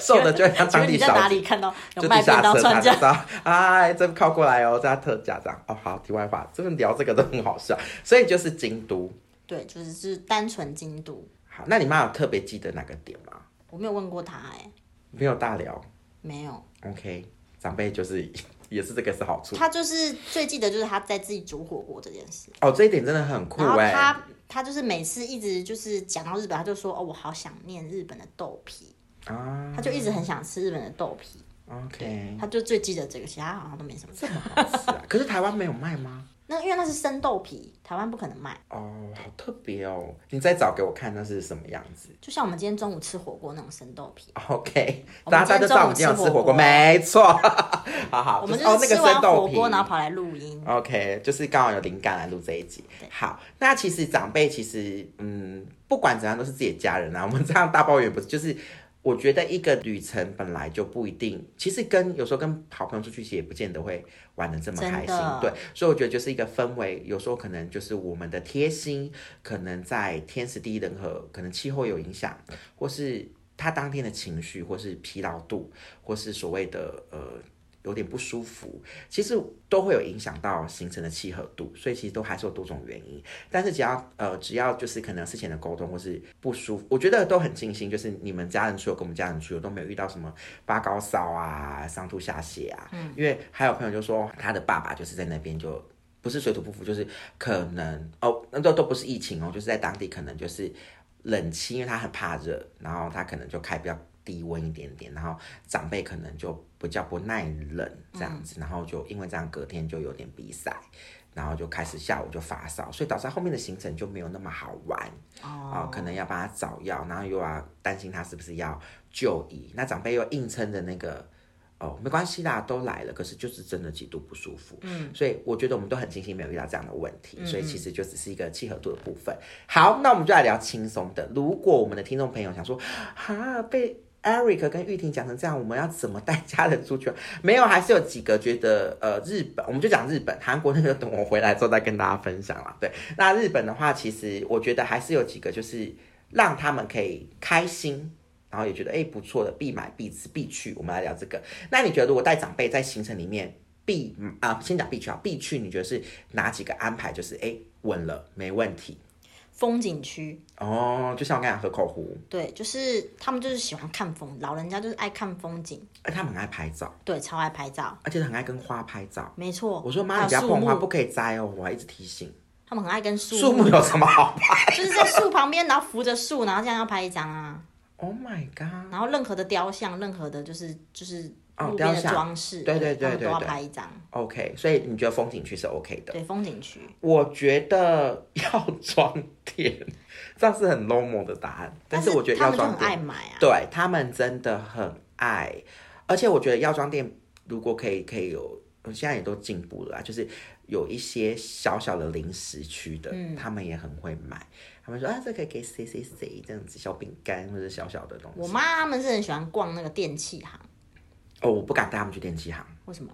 [SPEAKER 1] 瘦的就会像
[SPEAKER 2] 请
[SPEAKER 1] 当
[SPEAKER 2] 问
[SPEAKER 1] 地
[SPEAKER 2] 你在
[SPEAKER 1] 小
[SPEAKER 2] 哪
[SPEAKER 1] 姐。
[SPEAKER 2] 里看到有
[SPEAKER 1] 就
[SPEAKER 2] 卖
[SPEAKER 1] 地
[SPEAKER 2] 便
[SPEAKER 1] 下
[SPEAKER 2] 当
[SPEAKER 1] 车，
[SPEAKER 2] 穿
[SPEAKER 1] 他
[SPEAKER 2] 这
[SPEAKER 1] 就
[SPEAKER 2] 样？
[SPEAKER 1] 知道，哎，这靠过来哦，这样特价这样。哦，好，题外话，这边聊这个都很好笑，所以就是京都。
[SPEAKER 2] 对，就是是单纯京都。
[SPEAKER 1] 好，那你妈有特别记得哪个点吗？
[SPEAKER 2] 我没有问过他哎、
[SPEAKER 1] 没有大聊
[SPEAKER 2] 没有，
[SPEAKER 1] ，OK，长辈就是 也是这个是好处
[SPEAKER 2] 他就是最记得就是他在自己煮火锅这件事，
[SPEAKER 1] 哦，这一点真的很酷
[SPEAKER 2] 然后
[SPEAKER 1] 哎、
[SPEAKER 2] 他他就是每次一直就是讲到日本，他就说哦，我好想念日本的豆皮，
[SPEAKER 1] 啊
[SPEAKER 2] 他就一直很想吃日本的豆皮，
[SPEAKER 1] ，OK，
[SPEAKER 2] 他就最记得这个，其他好像都没什么。
[SPEAKER 1] 这么好吃啊？可是台湾没有卖吗？
[SPEAKER 2] 那因为那是生豆皮，台湾不可能卖。
[SPEAKER 1] 哦，好特别哦！你再找给我看那是什么样子
[SPEAKER 2] 就像我们今天中午吃火锅那种生豆皮，
[SPEAKER 1] ？OK，
[SPEAKER 2] 我们
[SPEAKER 1] 大家大家就
[SPEAKER 2] 今天
[SPEAKER 1] 知道我们今天
[SPEAKER 2] 中午
[SPEAKER 1] 有吃
[SPEAKER 2] 吃
[SPEAKER 1] 火
[SPEAKER 2] 火
[SPEAKER 1] 锅，
[SPEAKER 2] 锅
[SPEAKER 1] 没错。 好好，
[SPEAKER 2] 我们
[SPEAKER 1] 就是哦
[SPEAKER 2] 就
[SPEAKER 1] 那
[SPEAKER 2] 是
[SPEAKER 1] 个
[SPEAKER 2] 吃完
[SPEAKER 1] 生豆
[SPEAKER 2] 火
[SPEAKER 1] 皮，
[SPEAKER 2] 锅然后跑来录音。
[SPEAKER 1] OK，就是刚好有灵感来录这一集。好，那其实长辈其实嗯，不管怎样都是自己的家人啊。我们这样大抱怨不是就是。我觉得一个旅程本来就不一定，其实跟有时候跟好朋友出去，其实也不见得会玩的这么开心
[SPEAKER 2] 真的。
[SPEAKER 1] 对，所以我觉得就是一个氛围，有时候可能就是我们的贴心，可能在天时地利人和，可能气候有影响，或是他当天的情绪，或是疲劳度，或是所谓的呃有点不舒服，其实都会有影响到行程的契合度，所以其实都还是有多种原因。但是只要呃只要就是可能事前的沟通或是不舒服，我觉得都很尽心，就是你们家人出游跟我们家人出游都没有遇到什么发高烧啊、上吐下泻啊，嗯、因为还有朋友就说他的爸爸就是在那边就。不是水土不服，就是可能哦，那都都不是疫情哦，就是在当地可能就是冷气，因为他很怕热，然后他可能就开比较低温一点点，然后长辈可能就比较不耐冷这样子，然后就因为这样隔天就有点鼻塞，然后就开始下午就发烧，所以导致他后面的行程就没有那么好玩哦、可能要帮他找药，然后又要担心他是不是要就医，那长辈又硬撑着那个。哦，没关系啦，都来了，可是就是真的极度不舒服，嗯，所以我觉得我们都很庆幸没有遇到这样的问题，所以其实就只是一个契合度的部分。好，那我们就来聊轻松的。如果我们的听众朋友想说，哈，被 Eric 跟玉婷讲成这样，我们要怎么带家人出去？啊 没有，还是有几个觉得，呃，日本，我们就讲日本、韩国那个，等我回来之后再跟大家分享啦。对，那日本的话，其实我觉得还是有几个，就是让他们可以开心。然后也觉得哎、诶不错的，必买必吃必去。我们来聊这个。那你觉得如果带长辈在行程里面必啊、先讲必去啊，必去你觉得是哪几个安排？就是哎、诶稳了，没问题
[SPEAKER 2] 风景区，
[SPEAKER 1] 哦。就像我刚才河口湖，
[SPEAKER 2] 对，就是他们就是喜欢看风，老人家就是爱看风景，
[SPEAKER 1] 哎，他们很爱拍照，
[SPEAKER 2] 对，超爱拍照，
[SPEAKER 1] 而且很爱跟花拍照。
[SPEAKER 2] 没错。
[SPEAKER 1] 我说妈，
[SPEAKER 2] 还
[SPEAKER 1] 你
[SPEAKER 2] 有
[SPEAKER 1] 不要
[SPEAKER 2] 树
[SPEAKER 1] 碰花，
[SPEAKER 2] 木
[SPEAKER 1] 不可以摘哦，我还一直提醒。
[SPEAKER 2] 他们很爱跟树
[SPEAKER 1] 树木有什么好拍
[SPEAKER 2] 就是在树旁边，然后扶着树，然后这样要拍一张啊。
[SPEAKER 1] ？Oh my god！
[SPEAKER 2] 然后任何的雕像，任何的就是就是
[SPEAKER 1] 哦
[SPEAKER 2] 路边
[SPEAKER 1] 雕
[SPEAKER 2] 的
[SPEAKER 1] 像
[SPEAKER 2] 装饰，
[SPEAKER 1] 对对对
[SPEAKER 2] 他们都
[SPEAKER 1] 对
[SPEAKER 2] 要
[SPEAKER 1] 对
[SPEAKER 2] 拍一张。
[SPEAKER 1] OK，所以你觉得风景区是 OK 的？
[SPEAKER 2] 对，风景区。
[SPEAKER 1] 我觉得药妆店，这样是很 normal 的答案，但是我觉得
[SPEAKER 2] 他
[SPEAKER 1] 药
[SPEAKER 2] 们就
[SPEAKER 1] 妆
[SPEAKER 2] 很
[SPEAKER 1] 店
[SPEAKER 2] 爱买啊。
[SPEAKER 1] 对他们真的很爱，而且我觉得药妆店如果可以可以有，现在也都进步了啊，就是有一些小小的零食区的，
[SPEAKER 2] 嗯
[SPEAKER 1] 他们也很会买。他们说啊，这可以给谁谁谁这样子小饼干或者小小的东
[SPEAKER 2] 我
[SPEAKER 1] 西。
[SPEAKER 2] 妈他们是很喜欢逛那个电器行，
[SPEAKER 1] 哦，我不敢带他们去电器行，
[SPEAKER 2] 为什么？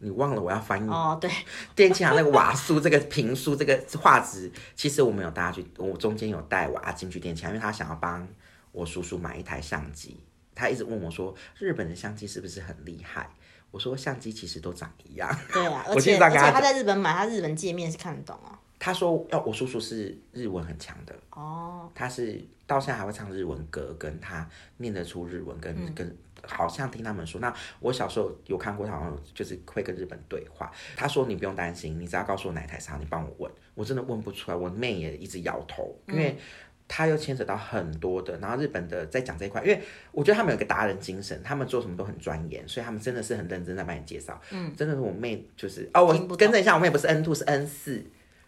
[SPEAKER 1] 你忘了我要翻译
[SPEAKER 2] 哦，对，
[SPEAKER 1] 电器行那个瓦数、这个平数、这个画质，其实我们有带他去，我中间有带我阿金去电器行，因为他想要帮我叔叔买一台相机。他一直问我说，日本的相机是不是很厉害？我说相机其实都长一样。
[SPEAKER 2] 对啊，
[SPEAKER 1] 我
[SPEAKER 2] 而
[SPEAKER 1] 记
[SPEAKER 2] 且
[SPEAKER 1] 得大
[SPEAKER 2] 而
[SPEAKER 1] 概
[SPEAKER 2] 且
[SPEAKER 1] 她
[SPEAKER 2] 她在日本买，她日本界面是看得懂哦。
[SPEAKER 1] 他说，要我叔叔是日文很强的，
[SPEAKER 2] 哦，
[SPEAKER 1] 他是到现在还会唱日文歌，跟他念得出日文，跟、跟好像听他们说。那我小时候有看过他，好像就是会跟日本对话。他说你不用担心，你只要告诉我哪一台商，你帮我问。我真的问不出来，我妹也一直摇头，因为。
[SPEAKER 2] 嗯
[SPEAKER 1] 他又牵扯到很多的，然后日本的在讲这一块，因为我觉得他们有个达人精神，他们做什么都很钻研，所以他们真的是很认真在帮你介绍。嗯，真的是我妹就是哦，
[SPEAKER 2] 听
[SPEAKER 1] 我
[SPEAKER 2] 不懂
[SPEAKER 1] 更正一下，我妹不是 N two 是 N 四，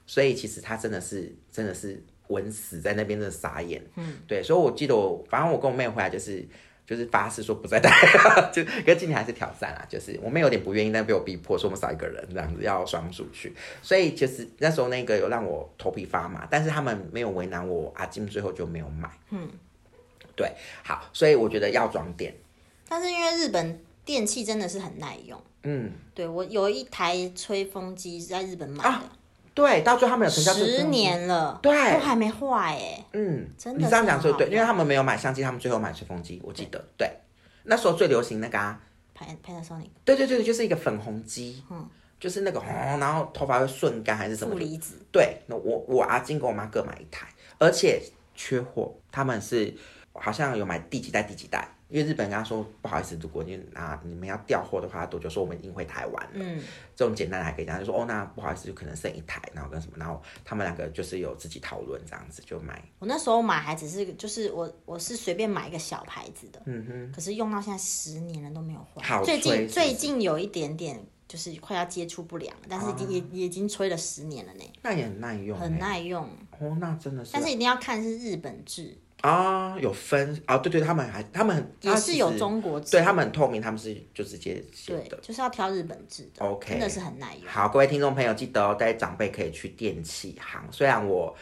[SPEAKER 1] 所以其实他真的是真的是稳死在那边，真的傻眼。嗯，对，所以我记得我，反正我跟我妹回来就是就是发誓说不再带， 就跟今年还是挑战啊，就是我妹有点不愿意，但被我逼迫说我们少一个人这样子要双数去，所以其实那时候那个有让我头皮发麻，但是他们没有为难我，阿金最后就没有买。嗯，对，好，所以我觉得药妆店，
[SPEAKER 2] 但是因为日本电器真的是很耐用，
[SPEAKER 1] 嗯，
[SPEAKER 2] 对我有一台吹风机在日本买的，
[SPEAKER 1] 对，到最后他们啊有成交
[SPEAKER 2] 十、年了，
[SPEAKER 1] 对
[SPEAKER 2] 都还没坏哎。
[SPEAKER 1] 嗯，
[SPEAKER 2] 真的
[SPEAKER 1] 你这样讲
[SPEAKER 2] 是
[SPEAKER 1] 说
[SPEAKER 2] 很
[SPEAKER 1] 对，
[SPEAKER 2] 好
[SPEAKER 1] 因为他们没有买相机，他们最后买吹风机，我记得对。那时候最流行那个啊，
[SPEAKER 2] 拍 Panasonic
[SPEAKER 1] 对对对，就是一个粉红机，嗯，就是那个红，然后头发会瞬干还是什
[SPEAKER 2] 负
[SPEAKER 1] 么的？
[SPEAKER 2] 离子，
[SPEAKER 1] 对，那我我阿金跟我妈各买一台，而且缺货，他们是好像有买第几代第几代，因为日本跟他说不好意思，如果你啊你们要调货的话，多久说我们已经回台湾了，
[SPEAKER 2] 嗯，
[SPEAKER 1] 这种简单的还可以讲，就说哦那不好意思，就可能剩一台，然后跟什么，然后他们两个就是有自己讨论这样子就买，
[SPEAKER 2] 我那时候买还只是就是我我是随便买一个小牌子的，嗯哼，可是用到现在十年了都没有
[SPEAKER 1] 好
[SPEAKER 2] 坏。
[SPEAKER 1] 吹
[SPEAKER 2] 最
[SPEAKER 1] 是
[SPEAKER 2] 近
[SPEAKER 1] 不是
[SPEAKER 2] 最近有一点点就是快要接触不良了，但是也、也已经吹了十年了呢，
[SPEAKER 1] 那也很耐用、啊欸，
[SPEAKER 2] 很耐用。
[SPEAKER 1] 哦，那真的是
[SPEAKER 2] 但是一定要看是日本制，
[SPEAKER 1] 啊，有分啊，对对，他们还他们很
[SPEAKER 2] 也
[SPEAKER 1] 他
[SPEAKER 2] 是
[SPEAKER 1] 其
[SPEAKER 2] 有
[SPEAKER 1] 实
[SPEAKER 2] 中国制，
[SPEAKER 1] 对他们很透明，他们是就直接写
[SPEAKER 2] 对
[SPEAKER 1] 的。，
[SPEAKER 2] 就是要挑日本制的
[SPEAKER 1] OK
[SPEAKER 2] 真的是很耐用。
[SPEAKER 1] 好，各位听众朋友，记得哦，带长辈可以去电器行。虽然我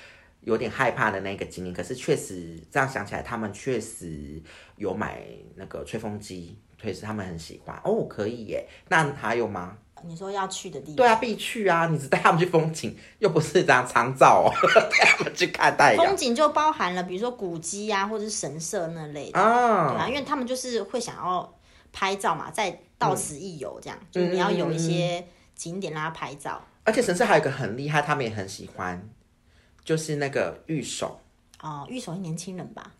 [SPEAKER 1] 有点害怕的那个经历，可是确实这样想起来，他们确实有买那个吹风机，确实他们很喜欢哦，可以耶。那还有吗？
[SPEAKER 2] 你说要去的地方，
[SPEAKER 1] 对啊，必去啊！你只带他们去风景，又不是这样长照哦， 带他们去看太阳
[SPEAKER 2] 风景就包含了比如说古迹啊，或者是神社那类的，对
[SPEAKER 1] 啊。
[SPEAKER 2] 啊，因为他们就是会想要拍照嘛，在到此一游
[SPEAKER 1] 嗯
[SPEAKER 2] 这样，就是你要有一些景点让他拍照。
[SPEAKER 1] 而且神社还有一个很厉害，他们也很喜欢，就是那个玉手。
[SPEAKER 2] 哦，玉手是年轻人吧？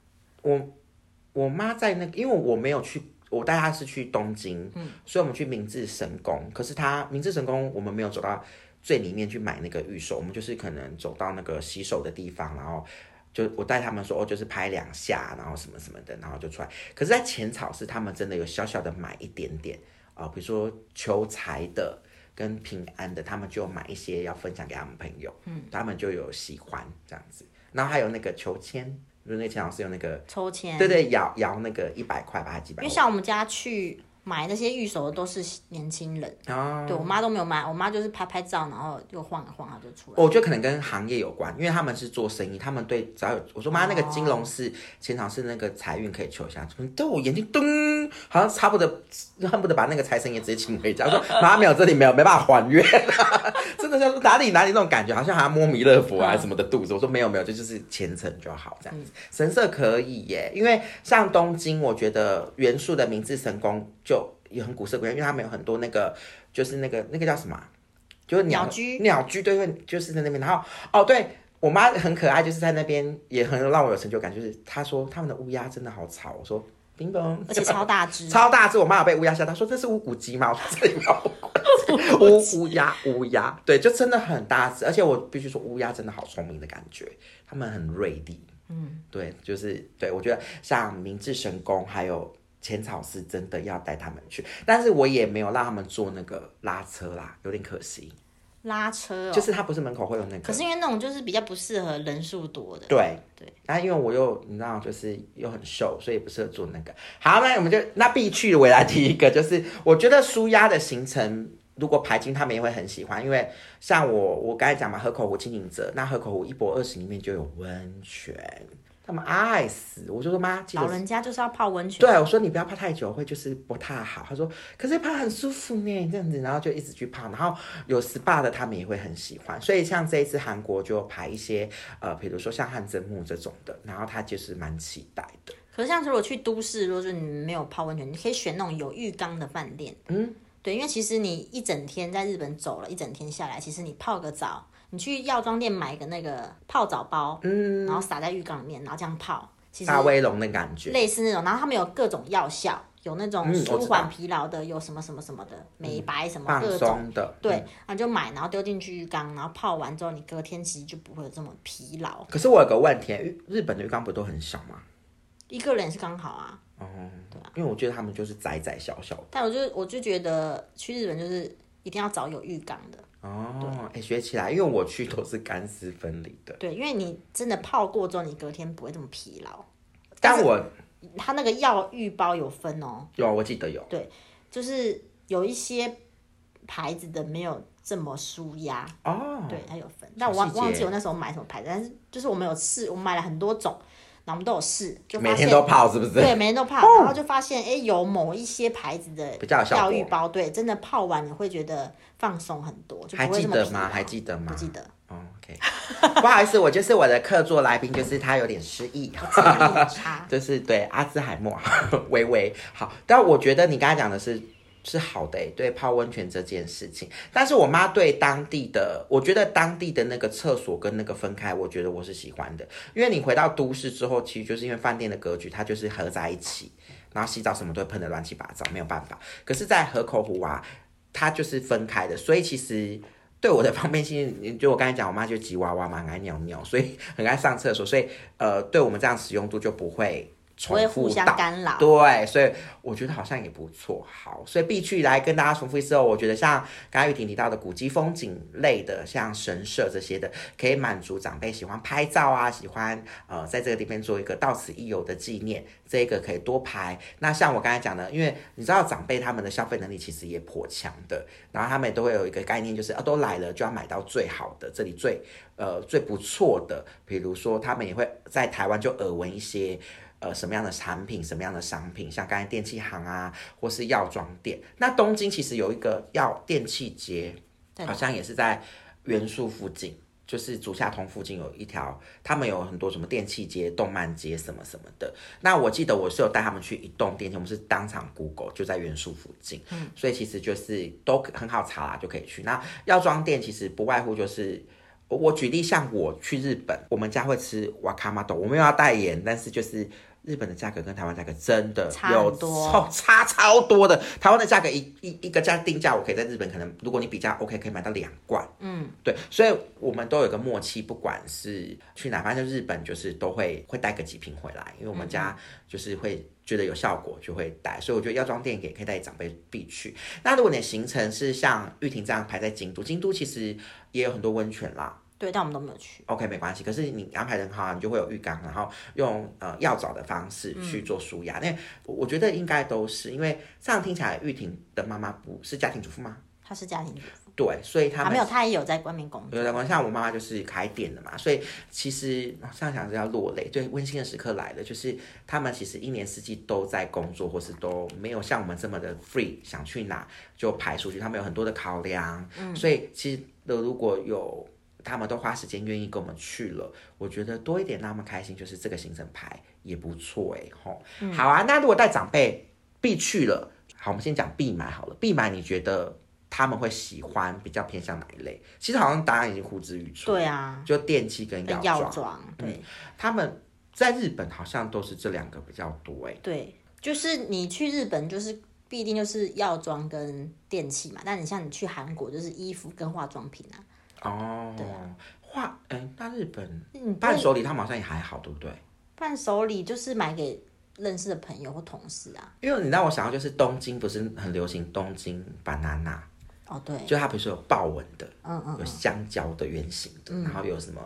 [SPEAKER 1] 我妈在那个，因为我没有去，我带她是去东京，所以我们去明治神宫。可是她明治神宫，我们没有走到最里面去买那个玉手，我们就是可能走到那个洗手的地方，然后就我带他们说哦，就是拍两下，然后什么什么的，然后就出来。可是，在浅草是他们真的有小小的买一点点啊、比如说求财的。跟平安的，他们就买一些要分享给他们朋友，嗯，他们就有喜欢这样子，然后还有那个求签，就是那钱老师有那个
[SPEAKER 2] 抽签，
[SPEAKER 1] 对对，摇摇那个一百块吧，还几
[SPEAKER 2] 因
[SPEAKER 1] 百
[SPEAKER 2] 为
[SPEAKER 1] 块。
[SPEAKER 2] 像我们家去买那些玉手的都是年轻人，
[SPEAKER 1] 哦
[SPEAKER 2] 对我妈都没有买，我妈就是拍拍照，然后又晃一晃，她就出 来。
[SPEAKER 1] 我觉得可能跟行业有关，因为他们是做生意，他们对只要有我说妈那个金
[SPEAKER 2] 哦
[SPEAKER 1] 融是前场是那个财运可以求一下，对我眼睛噔，好像差不多恨不得把那个财神爷直接请回家，我说妈没有这里没有没办法还愿， 真的是哪里哪里那种感觉，好像还要摸弥勒佛啊什么的肚子，我说没有没有，这就是虔诚就好这样子，神社可以耶，因为像东京，我觉得元素的明治神宫就也很古色古香，因为他们有很多那个就是那个那个叫什么啊、就是鸟
[SPEAKER 2] 鸟居
[SPEAKER 1] 鸟居对对，就是在那边。然后哦，对我妈很可爱，就是在那边也很让我有成就感。就是她说他们的乌鸦真的好吵，我说叮咚，
[SPEAKER 2] 而且超大只，
[SPEAKER 1] 超大只，我妈有被乌鸦吓到，说这是乌骨鸡吗？我说这里没有乌骨鸡乌乌鸦乌鸦，对，就真的很大只，而且我必须说乌鸦真的好聪明的感觉，它们很锐利，嗯，对，就是对我觉得像明治神宫还有。浅草寺真的要带他们去，但是我也没有让他们坐那个拉车啦，有点可惜。
[SPEAKER 2] 拉车哦。
[SPEAKER 1] 就是它不是门口会有那个，
[SPEAKER 2] 可是因为那种就是比较不适合人数多的，
[SPEAKER 1] 对
[SPEAKER 2] 对。
[SPEAKER 1] 那因为我又你知道，就是又很瘦，所以不适合做那个。好，那我们就那必去我来提一个，就是我觉得舒压的行程。如果排进他们也会很喜欢，因为像我，我刚才讲嘛，河口湖清景泽，那河口湖一博二十里面就有温泉，他们爱死。我就说妈，记得
[SPEAKER 2] 老人家就是要泡温泉。
[SPEAKER 1] 对，我说你不要泡太久，会就是不太好。他说，可是泡很舒服呢，这样子，然后就一直去泡。然后有 SPA 的他们也会很喜欢，所以像这一次韩国就排一些呃，比如说像汗蒸木这种的，然后他就是蛮期待的。
[SPEAKER 2] 可是像如果去都市，如果说你没有泡温泉，你可以选那种有浴缸的饭店。嗯，对，因为其实你一整天在日本走了一整天下来，其实你泡个澡，你去药妆店买个那个泡澡包，嗯，然后撒在浴缸里面，然后这样泡，其实
[SPEAKER 1] 大威龙的感觉，
[SPEAKER 2] 类似那种。然后他们有各种药效，有那种
[SPEAKER 1] 嗯我
[SPEAKER 2] 舒
[SPEAKER 1] 知
[SPEAKER 2] 缓
[SPEAKER 1] 道嗯
[SPEAKER 2] 疲劳的，有什么什么什么的，美白什么
[SPEAKER 1] 放
[SPEAKER 2] 各种。
[SPEAKER 1] 松的，
[SPEAKER 2] 对
[SPEAKER 1] 嗯。，
[SPEAKER 2] 然后就买，然后丢进去浴缸，然后泡完之后，你隔天其实就不会有这么疲劳。
[SPEAKER 1] 可是我有个问题，日日本的浴缸不都很小吗？
[SPEAKER 2] 一个人也是刚好啊，
[SPEAKER 1] 因为我觉得他们就是窄窄小小的。
[SPEAKER 2] 但我就我就觉得去日本就是一定要找有浴缸的，
[SPEAKER 1] 哦，哎、学起来，因为我去都是干湿分离的，
[SPEAKER 2] 对，因为你真的泡过之后，你隔天不会这么疲劳。
[SPEAKER 1] 但我
[SPEAKER 2] 它那个药浴包有分哦，
[SPEAKER 1] 有，我记得有，
[SPEAKER 2] 就是有一些牌子的没有这么舒压哦，对，它有分，但我忘
[SPEAKER 1] 细节
[SPEAKER 2] 忘记我那时候买什么牌子，但是就是我们有试，我们买了很多种，然后我们都有试，就
[SPEAKER 1] 每
[SPEAKER 2] 发
[SPEAKER 1] 天
[SPEAKER 2] 现
[SPEAKER 1] 都泡是不是？
[SPEAKER 2] 对，每天都泡，然后就发现，哎、有某一些牌子的
[SPEAKER 1] 比较有效果
[SPEAKER 2] 药浴包，对，真的泡完你会觉得放松很多，就
[SPEAKER 1] 还
[SPEAKER 2] 不会
[SPEAKER 1] 记
[SPEAKER 2] 这么
[SPEAKER 1] 得
[SPEAKER 2] 疲
[SPEAKER 1] 吗？
[SPEAKER 2] 劳
[SPEAKER 1] 还记得吗
[SPEAKER 2] 不？记得，
[SPEAKER 1] 哦 OK，不好意 思，我就是我的客座来宾，就是他有点失忆，。
[SPEAKER 2] 我记忆力很差
[SPEAKER 1] 就是对阿兹海默，微微好。但我觉得你刚才讲的是是好的、欸，对泡温泉这件事情。但是我妈对当地的，我觉得当地的那个厕所跟那个分开，我觉得我是喜欢的，因为你回到都市之后，其实就是因为饭店的格局，它就是合在一起，然后洗澡什么都会喷的乱七八糟，没有办法。可是，在河口湖啊，它就是分开的，所以其实。对我的方便性，就我刚才讲，我妈就吉娃娃嘛，很爱尿尿，所以很爱上厕所，所以呃，对我们这样使用度就不会
[SPEAKER 2] 不
[SPEAKER 1] 重
[SPEAKER 2] 会
[SPEAKER 1] 复
[SPEAKER 2] 互相
[SPEAKER 1] 到
[SPEAKER 2] 干扰。
[SPEAKER 1] 对，所以我觉得好像也不错。好，所以必去来跟大家重复一次哦。我觉得像刚刚玉婷提到的古迹风景类的，像神社这些的，可以满足长辈喜欢拍照啊，喜欢呃在这个地方做一个到此一游的纪念，这个可以多排。那像我刚才讲的，因为你知道长辈他们的消费能力其实也颇强的，然后他们也都会有一个概念，就是啊都来了就要买到最好的，这里最呃最不错的。比如说他们也会在台湾就耳闻一些。呃什么样的产品、什么样的商品，像刚才电器行啊，或是药妆店。那东京其实有一个药电器街，
[SPEAKER 2] 对
[SPEAKER 1] 好像也是在元素附近，就是竹下通附近有一条，他们有很多什么电器街、动漫街什么什么的。那我记得我是有带他们去一栋电器，我们是当场 Google 就在元素附近，嗯、所以其实就是都很好查啦，就可以去。那药妆店其实不外乎就是我我举例，像我去日本，我们家会吃瓦卡玛豆，我没有要代言，但是就是日本的价格跟台湾价格真的
[SPEAKER 2] 差
[SPEAKER 1] 有
[SPEAKER 2] 很多
[SPEAKER 1] 超 差超多的。台湾的价格一一一个价定价，我可以在日本可能如果你比价 OK，可以买到两罐。嗯，对，所以我们都有个默契，不管是去哪，反正就日本就是都会会带个几瓶回来，因为我们
[SPEAKER 2] 嗯
[SPEAKER 1] 家就是会觉得有效果就会带，所以我觉得药妆店也可以带长辈必去。那如果你的行程是像玉婷这样排在京都，京都其实也有很多温泉啦。
[SPEAKER 2] 对，但我们都没有去。
[SPEAKER 1] OK，没关系。可是你安排的很好啊，你就会有浴缸，然后用呃药澡的方式
[SPEAKER 2] 嗯
[SPEAKER 1] 去做舒压。那、我我觉得应该都是，因为这样听起来玉婷的妈妈不是家庭主妇吗？
[SPEAKER 2] 他是家庭主妇，
[SPEAKER 1] 对，所以他
[SPEAKER 2] 还
[SPEAKER 1] 们
[SPEAKER 2] 没有，他也有在外面工作。
[SPEAKER 1] 有的关系，像我妈妈就是开店的嘛，所以其实哦这样想是要落泪。对，温馨的时刻来了，就是他们其实一年四季都在工作，或是都没有像我们这么的 free，想去哪就排出去。他们有很多的考量，
[SPEAKER 2] 嗯
[SPEAKER 1] 所以其实如果有他们都花时间愿意跟我们去了，我觉得多一点让他们开心，就是这个行程排也不错哎、吼。
[SPEAKER 2] 嗯
[SPEAKER 1] 好啊，那如果带长辈必去了，好，我们先讲必买好了。必买你觉得他们会喜欢比较偏向哪一类？其实好像答案已经呼之欲出。
[SPEAKER 2] 对，啊，
[SPEAKER 1] 就电器跟药
[SPEAKER 2] 药
[SPEAKER 1] 妆，
[SPEAKER 2] 妆，对、
[SPEAKER 1] 他们在日本好像都是这两个比较多哎、
[SPEAKER 2] 对，就是你去日本就是。必定就是药妆跟电器嘛，但你像你去韩国就是衣服跟化妆品啊，
[SPEAKER 1] 哦，化哎、那日本
[SPEAKER 2] 嗯，
[SPEAKER 1] 伴手礼他们好像也还好，对不对？
[SPEAKER 2] 伴手礼就是买给认识的朋友或同事啊。
[SPEAKER 1] 因为你让我想到就是东京不是很流行东京 banana，
[SPEAKER 2] 哦，对，
[SPEAKER 1] 就它啊比如说有豹纹的，
[SPEAKER 2] 嗯嗯
[SPEAKER 1] 有香蕉的圆形的，然后有什么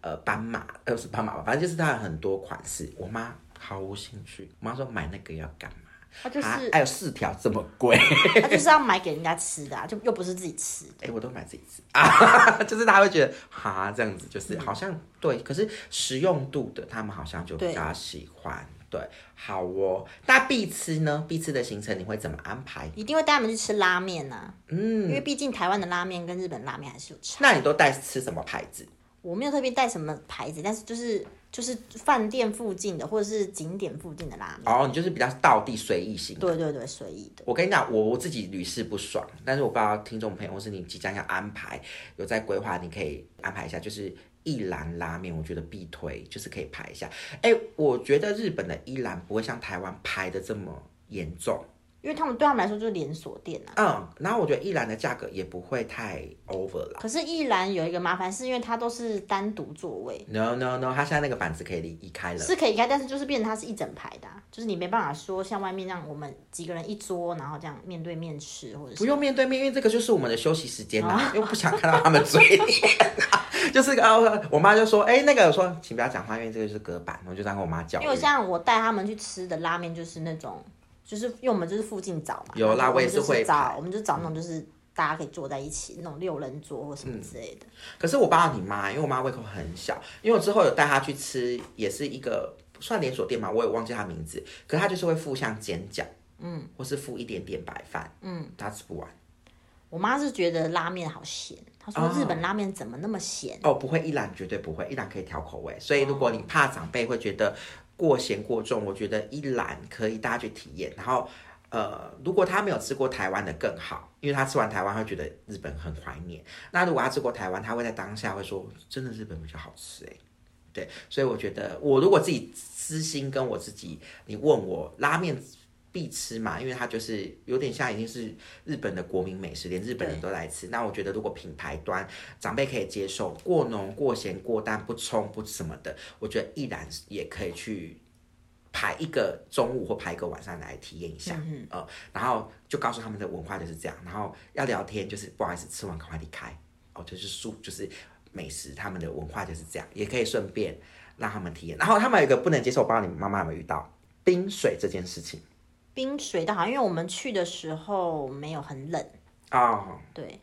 [SPEAKER 1] 呃斑马，呃不是斑马吧，反正就是它有很多款式。我妈毫无兴趣，我妈说买那个要干嘛？
[SPEAKER 2] 他就
[SPEAKER 1] 啊
[SPEAKER 2] 是
[SPEAKER 1] 还有四条这么贵，
[SPEAKER 2] 他就是要买给人家吃的、啊，就又不是自己吃。
[SPEAKER 1] 哎、我都买自己吃啊， 就是她会觉得哈这样子，就是
[SPEAKER 2] 嗯
[SPEAKER 1] 好像对，可是实用度的他们好像就比较喜欢。对，好哦。那必吃呢？必吃的行程你会怎么安排？
[SPEAKER 2] 一定会带他们去吃拉面呐、嗯，因为毕竟台湾的拉面跟日本拉面还是有差。
[SPEAKER 1] 那你都带吃什么牌子？
[SPEAKER 2] 我没有特别带什么牌子，但是就是就是饭店附近的或者是景点附近的拉面，
[SPEAKER 1] 哦，你就是比较道地随意型的
[SPEAKER 2] 对对对，随意的。
[SPEAKER 1] 我跟你讲，我我自己屡试不爽，但是我不知道听众朋友或是你即将要安排有在规划，你可以安排一下，就是一兰拉面，我觉得必推，就是可以排一下。哎、我觉得日本的一兰不会像台湾排的这么严重，
[SPEAKER 2] 因为他们对他们来说就是连锁店啊。
[SPEAKER 1] 嗯，然后我觉得一兰的价格也不会太 over 了。
[SPEAKER 2] 可是一兰有一个麻烦，是因为它都是单独座位，
[SPEAKER 1] No no no，它现在那个板子可以离移开了。
[SPEAKER 2] 是可以开，但是就是变成它是一整排的啊、就是你没办法说像外面那样，我们几个人一桌，然后这样面对面吃，或者
[SPEAKER 1] 不
[SPEAKER 2] 是
[SPEAKER 1] 用面对面，因为这个就是我们的休息时间啦、又不想看到他们嘴脸、啊。就是呃，我妈就说，哎、那个我说，请不要讲话，因为这个就是隔板，我就这样跟我妈教育。
[SPEAKER 2] 因为像我带他们去吃的拉面，就是那种，就是因为我们就是附近找嘛，
[SPEAKER 1] 有啦
[SPEAKER 2] 然后
[SPEAKER 1] 我也是
[SPEAKER 2] 们就是
[SPEAKER 1] 会
[SPEAKER 2] 找，我们就找那种就是大家可以坐在一起那种六人桌或
[SPEAKER 1] 嗯
[SPEAKER 2] 什么之类的。
[SPEAKER 1] 可是我帮到你妈，因为我妈胃口很小，因为我之后有带她去吃，也是一个算连锁店嘛，我也忘记她名字，可是她就是会附像煎饺，嗯，或是附一点点白饭，嗯，她吃不完。
[SPEAKER 2] 我妈是觉得拉面好咸，她说
[SPEAKER 1] 哦
[SPEAKER 2] 日本拉面怎么那么咸？
[SPEAKER 1] 哦，不会，一兰绝对不会，一兰可以调口味。所以如果你怕长辈会觉得过咸过重，我觉得一兰可以大家去体验。然后，呃，如果他没有吃过台湾的更好，因为他吃完台湾会觉得日本很怀念。那如果他吃过台湾，他会在当下会说，真的日本比较好吃哎、对，所以我觉得我如果自己私心跟我自己，你问我拉面。必吃嘛，因为它就是有点像已经是日本的国民美食，连日本人都来吃。那我觉得如果品牌端长辈可以接受，过浓、过咸、过淡、不冲、不什么的，我觉得依然也可以去排一个中午或排一个晚上来体验一下，嗯、呃，然后就告诉他们的文化就是这样，然后要聊天就是不好意思，吃完赶快离开，哦，就是素就是美食他们的文化就是这样，也可以顺便让他们体验。然后他们有一个不能接受，我不知道你妈妈有没有遇到冰水这件事情
[SPEAKER 2] 冰水的好像因为我们去的时候没有很冷，
[SPEAKER 1] 哦。
[SPEAKER 2] 对，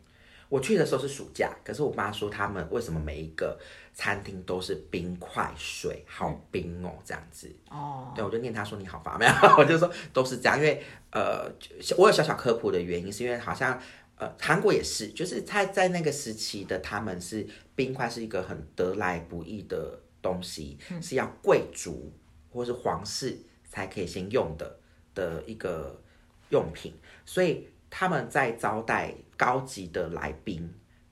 [SPEAKER 1] 我去的时候是暑假，可是我妈说他们为什么每一个餐厅都是冰块水，好冰哦，这样子。
[SPEAKER 2] 哦，
[SPEAKER 1] 对，我就念他说你好烦，没有，我就说都是这样，因为呃，就我有小小科普的原因，是因为好像呃，韩国也是，就是在在那个时期的他们是冰块是一个很得来不易的东西，是要贵族或是皇室才可以先用的的一个用品，所以他们在招待高级的来宾。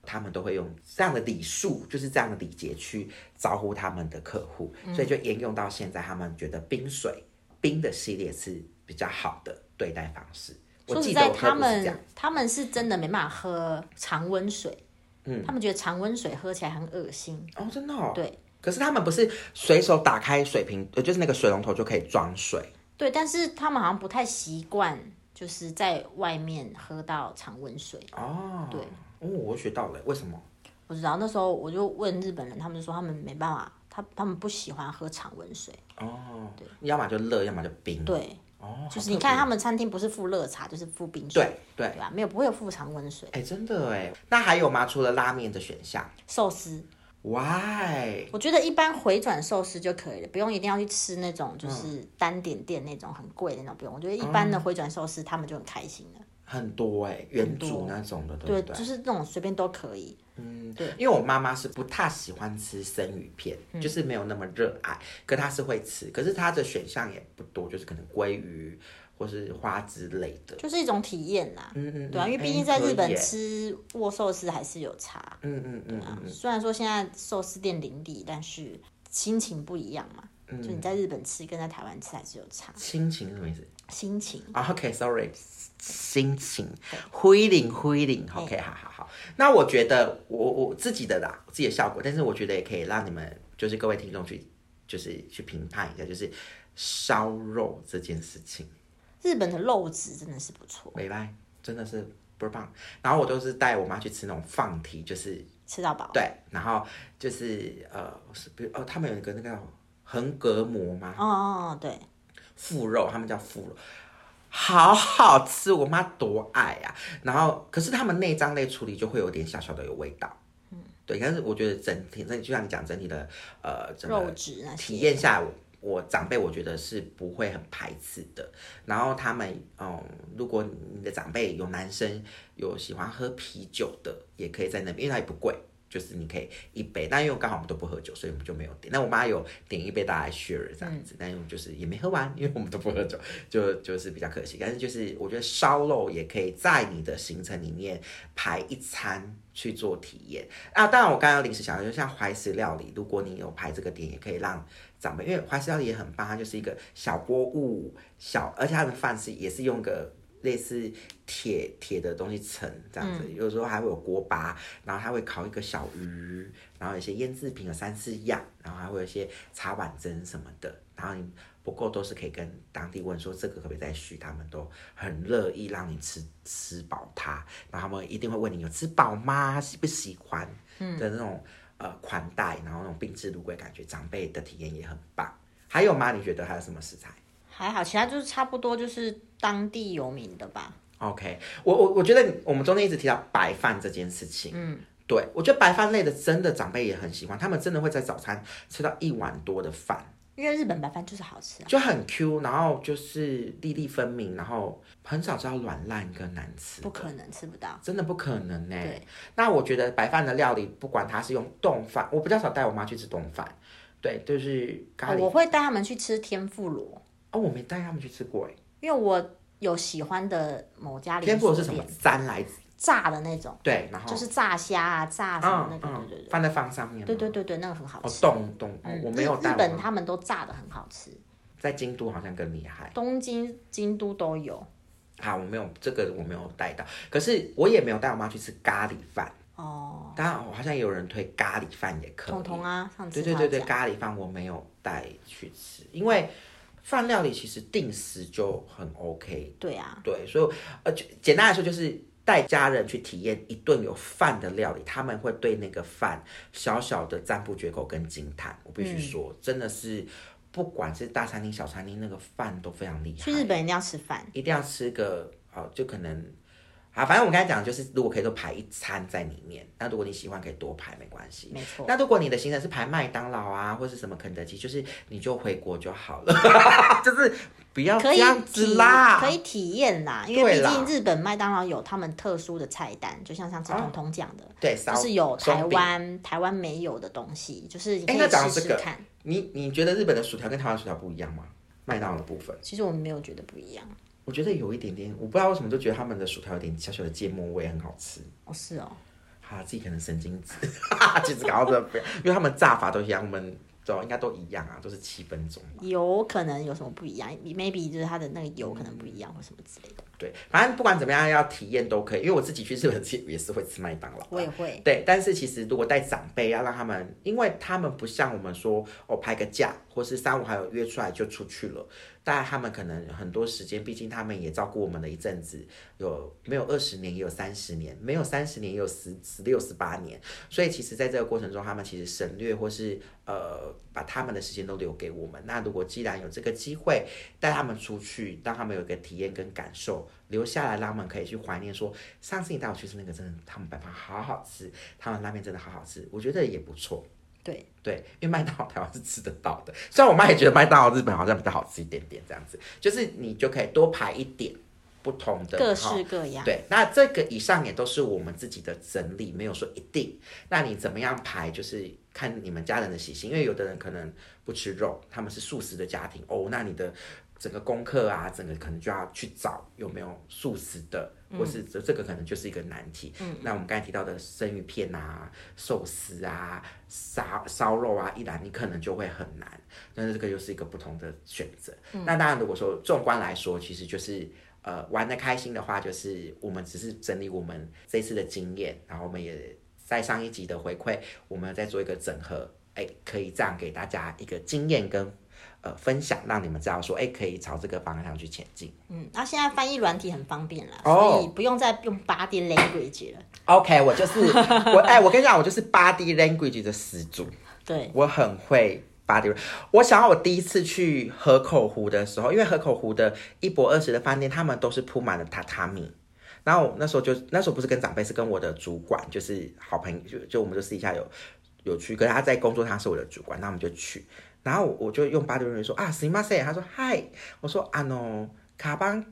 [SPEAKER 1] 他们都会用这样的礼数，就是这样的礼节去招呼他们的客户，所以就沿用到现在。他们觉得冰水冰的系列是比较好的对待方式。我
[SPEAKER 2] 说实
[SPEAKER 1] 记得
[SPEAKER 2] 在，
[SPEAKER 1] 我
[SPEAKER 2] 他
[SPEAKER 1] 客户是这样
[SPEAKER 2] 们，他们是真的没办法喝常温水，嗯，他们觉得常温水喝起来很恶心，
[SPEAKER 1] 哦，真的哦。
[SPEAKER 2] 对。
[SPEAKER 1] 可是他们不是随手打开水瓶，呃，就是那个水龙头就可以装水。
[SPEAKER 2] 对，但是他们好像不太习惯，就是在外面喝到常温水。
[SPEAKER 1] 哦，
[SPEAKER 2] 对，
[SPEAKER 1] 哦，我学到了，为什么？
[SPEAKER 2] 不知道那时候我就问日本人，他们说他们没办法，他他们不喜欢喝常温水。
[SPEAKER 1] 哦，对，要么就热，要么就冰。，
[SPEAKER 2] 对，
[SPEAKER 1] 哦，
[SPEAKER 2] 就是
[SPEAKER 1] 好
[SPEAKER 2] 你
[SPEAKER 1] 特别
[SPEAKER 2] 看他们餐厅不是附热茶，就是附冰水，
[SPEAKER 1] 对对，
[SPEAKER 2] 对吧、没有不会有附常温水。
[SPEAKER 1] 哎，真的哎。那还有吗？除了拉面的选项
[SPEAKER 2] 寿司，
[SPEAKER 1] ，why？
[SPEAKER 2] 我觉得一般回转寿司就可以了，不用一定要去吃那种
[SPEAKER 1] 嗯
[SPEAKER 2] 就是单点店那种很贵的那种，不用。我觉得一般的回转寿司他们就很开心了。
[SPEAKER 1] 很多哎，原主那种的，对
[SPEAKER 2] 对，
[SPEAKER 1] 不对？
[SPEAKER 2] 就是那种随便都可以。对
[SPEAKER 1] 因为我妈妈是不太喜欢吃生鱼片，就是没有那么热爱，可她是会吃，可是她的选项也不多，就是可能鲑鱼或是花枝类的。
[SPEAKER 2] 就是一种体验啦，
[SPEAKER 1] 嗯嗯，
[SPEAKER 2] 对啊，
[SPEAKER 1] 嗯
[SPEAKER 2] 因
[SPEAKER 1] 哎
[SPEAKER 2] 为毕竟在
[SPEAKER 1] 可以
[SPEAKER 2] 日本
[SPEAKER 1] 耶
[SPEAKER 2] 吃握寿司还是有差
[SPEAKER 1] 嗯嗯嗯
[SPEAKER 2] 啊
[SPEAKER 1] 嗯。嗯，
[SPEAKER 2] 虽然说现在寿司店林立，但是心情不一样嘛。
[SPEAKER 1] 嗯
[SPEAKER 2] 就你在日本吃跟在台湾吃还是有差，
[SPEAKER 1] 心情是什么意思？
[SPEAKER 2] 心情
[SPEAKER 1] 啊，OK，sorry，心情灰领灰领，OK，好好好。那我觉得我我自己的啦，自己的效果，但是我觉得也可以让你们就是各位听众去就是去评判一下，就是烧肉这件事情。
[SPEAKER 2] 日本的肉质真的是不错，
[SPEAKER 1] 美白真的是倍儿棒。然后我都是带我妈去吃那种放题，就是
[SPEAKER 2] 吃到饱。
[SPEAKER 1] 对，然后就是呃，是比如哦，他们有一个那个横膈膜吗？
[SPEAKER 2] 哦哦哦，对，
[SPEAKER 1] 腹肉，他们叫腹肉。好好吃，我妈多爱啊！然后，可是他们内脏类处理就会有点小小的有味道，嗯，对。但是我觉得整体，那就像你讲整体的，呃，整个
[SPEAKER 2] 肉质那
[SPEAKER 1] 体
[SPEAKER 2] 些，
[SPEAKER 1] 验下我，我长辈我觉得是不会很排斥的。然后他们，嗯，如果你的长辈有男生有喜欢喝啤酒的，也可以在那边，因为它也不贵，就是你可以一杯。但因为我刚好我们都不喝酒，所以我们就没有点。那我妈有点一杯大家来 share 这样
[SPEAKER 2] 嗯
[SPEAKER 1] 子，但是我们就是也没喝完，因为我们都不喝酒，就就是比较可惜。但是就是我觉得烧肉也可以在你的行程里面排一餐去做体验啊。当然我刚刚临时想到，就像怀石料理，如果你有排这个点，也可以让长辈，因为怀石料理也很棒，它就是一个小锅物小，而且它的饭是也是用个。类似铁铁的东西盛这样子，有时候还会有锅巴，然后它会烤一个小鱼，然后有一些腌制品有三四样，然后还会有一些茶碗蒸什么的，然后你不够都是可以跟当地问说这个可不可以再续，他们都很乐意让你吃吃饱它，然后他们一定会问你有吃饱吗，喜不喜欢的那种、呃款待，然后那种宾至如归感觉，长辈的体验也很棒。还有吗？你觉得还有什么食材？
[SPEAKER 2] 还好，其他就是差不多就是当地有名的吧。
[SPEAKER 1] OK，我我我觉得我们中间一直提到白饭这件事情，嗯，对我觉得白饭类的真的长辈也很喜欢，他们真的会在早餐吃到一碗多的饭，
[SPEAKER 2] 因为日本白饭就是好吃啊，
[SPEAKER 1] 就很 Q，然后就是粒粒分明，然后很少知道软烂跟难吃，
[SPEAKER 2] 不可能吃不到。
[SPEAKER 1] 真的不可能呢、
[SPEAKER 2] 对
[SPEAKER 1] 那我觉得白饭的料理，不管它是用冻饭，我比较少带我妈去吃冻饭，对，就是咖
[SPEAKER 2] 哦
[SPEAKER 1] 喱。
[SPEAKER 2] 我会带他们去吃天妇罗，
[SPEAKER 1] 哦，我没带他们去吃过哎。
[SPEAKER 2] 因为我有喜欢的某家连
[SPEAKER 1] 天妇
[SPEAKER 2] 锁
[SPEAKER 1] 罗是什么
[SPEAKER 2] 店？
[SPEAKER 1] 沾来
[SPEAKER 2] 炸的那种，
[SPEAKER 1] 对，然后
[SPEAKER 2] 就是炸虾啊、炸什么那
[SPEAKER 1] 嗯
[SPEAKER 2] 个，
[SPEAKER 1] 嗯
[SPEAKER 2] 对对对，
[SPEAKER 1] 放在饭上面吗。
[SPEAKER 2] 对对对对，那个很好
[SPEAKER 1] 哦，
[SPEAKER 2] 吃。
[SPEAKER 1] 冻冻，哦
[SPEAKER 2] 嗯
[SPEAKER 1] 我
[SPEAKER 2] 日
[SPEAKER 1] 没有带
[SPEAKER 2] 日
[SPEAKER 1] 我
[SPEAKER 2] 本
[SPEAKER 1] 妈
[SPEAKER 2] 他们都炸的很好吃，
[SPEAKER 1] 在京都好像更厉害。
[SPEAKER 2] 东京、京都都有。
[SPEAKER 1] 好，我没有这个我没有带到，可是我也没有带我妈去吃咖喱饭。
[SPEAKER 2] 哦，
[SPEAKER 1] 当然，好像也有人推咖喱饭也可以。
[SPEAKER 2] 彤彤啊，上次
[SPEAKER 1] 对对
[SPEAKER 2] 他
[SPEAKER 1] 对
[SPEAKER 2] 有
[SPEAKER 1] 对，
[SPEAKER 2] 讲
[SPEAKER 1] 咖喱饭我没有带去吃，因为饭料理其实定时就很 OK。
[SPEAKER 2] 对啊，
[SPEAKER 1] 对，所以呃，就简单来说就是带家人去体验一顿有饭的料理，他们会对那个饭小小的赞不绝口跟惊叹。我
[SPEAKER 2] 嗯
[SPEAKER 1] 必须说，真的是不管是大餐厅、小餐厅，那个饭都非常厉
[SPEAKER 2] 去
[SPEAKER 1] 害，
[SPEAKER 2] 日本一定要吃饭。
[SPEAKER 1] 一定要吃个哦，就可能。啊，反正我刚才讲的就是，如果可以都排一餐在里面，那如果你喜欢可以多排，没关系。
[SPEAKER 2] 没错，
[SPEAKER 1] 那如果你的行程是排麦当劳啊，或是什么肯德基，就是你就回国就好了， 就是不要
[SPEAKER 2] 可
[SPEAKER 1] 这
[SPEAKER 2] 以
[SPEAKER 1] 样
[SPEAKER 2] 体
[SPEAKER 1] 子啦。
[SPEAKER 2] 可以体验啦，因为
[SPEAKER 1] 对
[SPEAKER 2] 毕
[SPEAKER 1] 啦
[SPEAKER 2] 竟日本麦当劳有他们特殊的菜单，就像上次
[SPEAKER 1] 啊
[SPEAKER 2] 彤彤讲的，
[SPEAKER 1] 对，
[SPEAKER 2] 就
[SPEAKER 1] 烧
[SPEAKER 2] 是有
[SPEAKER 1] 松
[SPEAKER 2] 台
[SPEAKER 1] 饼
[SPEAKER 2] 湾台湾没有的东西，就是你可
[SPEAKER 1] 哎
[SPEAKER 2] 以
[SPEAKER 1] 那讲到
[SPEAKER 2] 试
[SPEAKER 1] 这
[SPEAKER 2] 试
[SPEAKER 1] 个
[SPEAKER 2] 看。
[SPEAKER 1] 你你觉得日本的薯条跟台湾薯条不一样吗？麦当劳的部分，
[SPEAKER 2] 其实我们没有觉得不一样。
[SPEAKER 1] 我觉得有一点点，我不知道为什么就觉得他们的薯条有点小小的芥末味，很好吃。
[SPEAKER 2] 哦，是哦，
[SPEAKER 1] 哈、自己可能神经质， 哈哈，其实搞到这不要，因为他们炸法都一样，我们都应该都一样啊，都是七分钟。
[SPEAKER 2] 有可能有什么不一样？Maybe 就是它的那个油可能不一样，或什么之类的。
[SPEAKER 1] 对，反正不管怎么样，要体验都可以。因为我自己去日本吃也是会吃麦当劳啊，
[SPEAKER 2] 我也会，
[SPEAKER 1] 对，但是其实如果带长辈，啊要让他们，因为他们不像我们说哦拍个假，或是三五好友约出来就出去了，但他们可能很多时间，毕竟他们也照顾我们了一阵子，有没有二十年也有三十年，没有三十年也有十十六十八年，所以其实在这个过程中，他们其实省略或是呃把他们的时间都留给我们。那如果既然有这个机会带他们出去，让他们有一个体验跟感受，留下来让他们可以去怀念说上次你带我去吃那个真的，他们摆盘好好吃，他们拉面真的好好吃，我觉得也不错。
[SPEAKER 2] 对
[SPEAKER 1] 对，因为麦当劳台湾是吃得到的，虽然我妈也觉得麦当劳日本好像比较好吃一点点，这样子，就是你就可以多排一点不同的
[SPEAKER 2] 各
[SPEAKER 1] 哈
[SPEAKER 2] 式各样。
[SPEAKER 1] 对，那这个以上也都是我们自己的整理，没有说一定。那你怎么样排，就是看你们家人的习性，因为有的人可能不吃肉，他们是素食的家庭哦，那你的整个功课啊，整个可能就要去找有没有素食的，或是这这个可能就是一个难题。嗯、那我们刚才提到的生鱼片啊、寿司啊、烧烧肉啊，一来你可能就会很难。那这个又是一个不同的选择。那当然，如果说纵观来说，其实就是呃玩的开心的话，就是我们只是整理我们这次的经验，然后我们也在上一集的回馈，我们再做一个整合，哎，可以这样给大家一个经验跟呃分享，让你们知道说，哎，可以朝这个方向去前进。
[SPEAKER 2] 嗯，那现在翻译软体很方便啦，
[SPEAKER 1] 哦
[SPEAKER 2] 所以不用再用 body language 了。
[SPEAKER 1] OK，我就是我哎，我跟你讲，我就是 body language 的始祖。
[SPEAKER 2] 对，
[SPEAKER 1] 我很会 body language。我想到我第一次去河口湖的时候，因为河口湖的一博二十的饭店，他们都是铺满了榻榻米。然后我那时候就那时候不是跟长辈，是跟我的主管，就是好朋友，就就我们就私底下有有去，可是他在工作，他是我的主管，那我们就去。然后我就用 body language 说啊，すみません。他说嗨，我说あの卡邦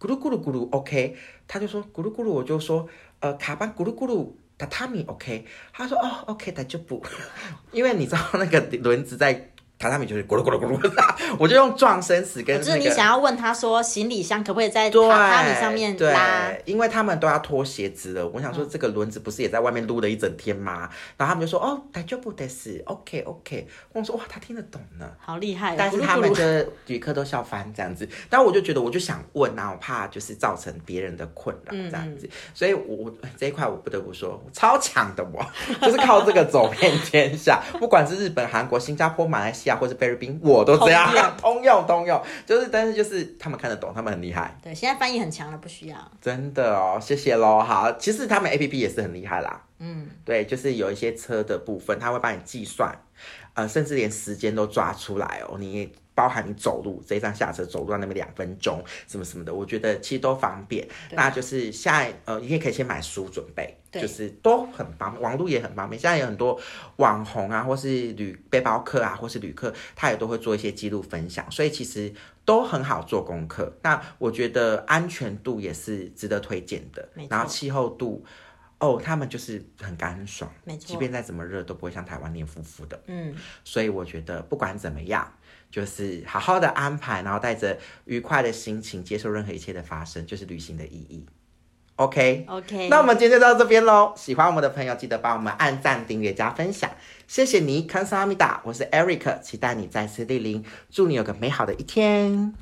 [SPEAKER 1] 咕噜咕噜咕噜，OK。他就说咕噜咕噜，我就说呃卡邦咕噜咕噜。榻榻米 OK，他说哦 OK，他就不， 因为你知道那个轮子在榻榻米就是咕噜咕噜咕噜， 我就用撞生词跟、
[SPEAKER 2] 哦
[SPEAKER 1] 那个、
[SPEAKER 2] 就是你想要问他说行李箱可不可以在榻
[SPEAKER 1] 对，
[SPEAKER 2] 榻米上面拉？嗯
[SPEAKER 1] 对，因为他们都要脱鞋子了。我想说，这个轮子不是也在外面撸了一整天吗？然后他们就说：“哦，大丈夫です，OK OK。”我说：“哇，他听得懂呢。”
[SPEAKER 2] 好厉害、哦！
[SPEAKER 1] 但是
[SPEAKER 2] 咕噜
[SPEAKER 1] 他
[SPEAKER 2] 咕噜
[SPEAKER 1] 们的旅客都笑翻这样子，但我就觉得我就想问啊，我怕就是造成别人的困扰这样子，所以我我这一块我不得不说，我超强的我， 就是靠这个走遍天下，不管是日本、韩国、新加坡、马来西亚或是菲律宾，我都这样 通用通用，就是但是就是他们看得懂，他们很厉害。
[SPEAKER 2] 对，现在翻译很强了，不需要。
[SPEAKER 1] 真的哦，谢谢喽。好，其实他们 A P P 也是很厉害啦。
[SPEAKER 2] 嗯，
[SPEAKER 1] 对，就是有一些车的部分，它会帮你计算，呃，甚至连时间都抓出来哦。你包含你走路这一站下车走路到那边两分钟，什么什么的，我觉得其实都方便。
[SPEAKER 2] 对
[SPEAKER 1] 那就是现在呃，你也可以先买书准备，
[SPEAKER 2] 对
[SPEAKER 1] 就是都很方便，网络也很方便。现在有很多网红啊，或是旅背包客啊，或是旅客，他也都会做一些记录分享，所以其实都很好做功课。那我觉得安全度也是值得推荐的
[SPEAKER 2] 没，错
[SPEAKER 1] 然后气候度。哦，他们就是很干爽，
[SPEAKER 2] 没错
[SPEAKER 1] 即便再怎么热都不会像台湾黏糊糊的。
[SPEAKER 2] 嗯，
[SPEAKER 1] 所以我觉得不管怎么样，就是好好的安排，然后带着愉快的心情接受任何一切的发生，就是旅行的意义。OK，
[SPEAKER 2] OK，
[SPEAKER 1] 那我们今天就到这边喽。喜欢我们的朋友，记得帮我们按赞、订阅、加分享，谢谢你，康萨阿米达，我是 Eric，期待你再次莅临，祝你有个美好的一天。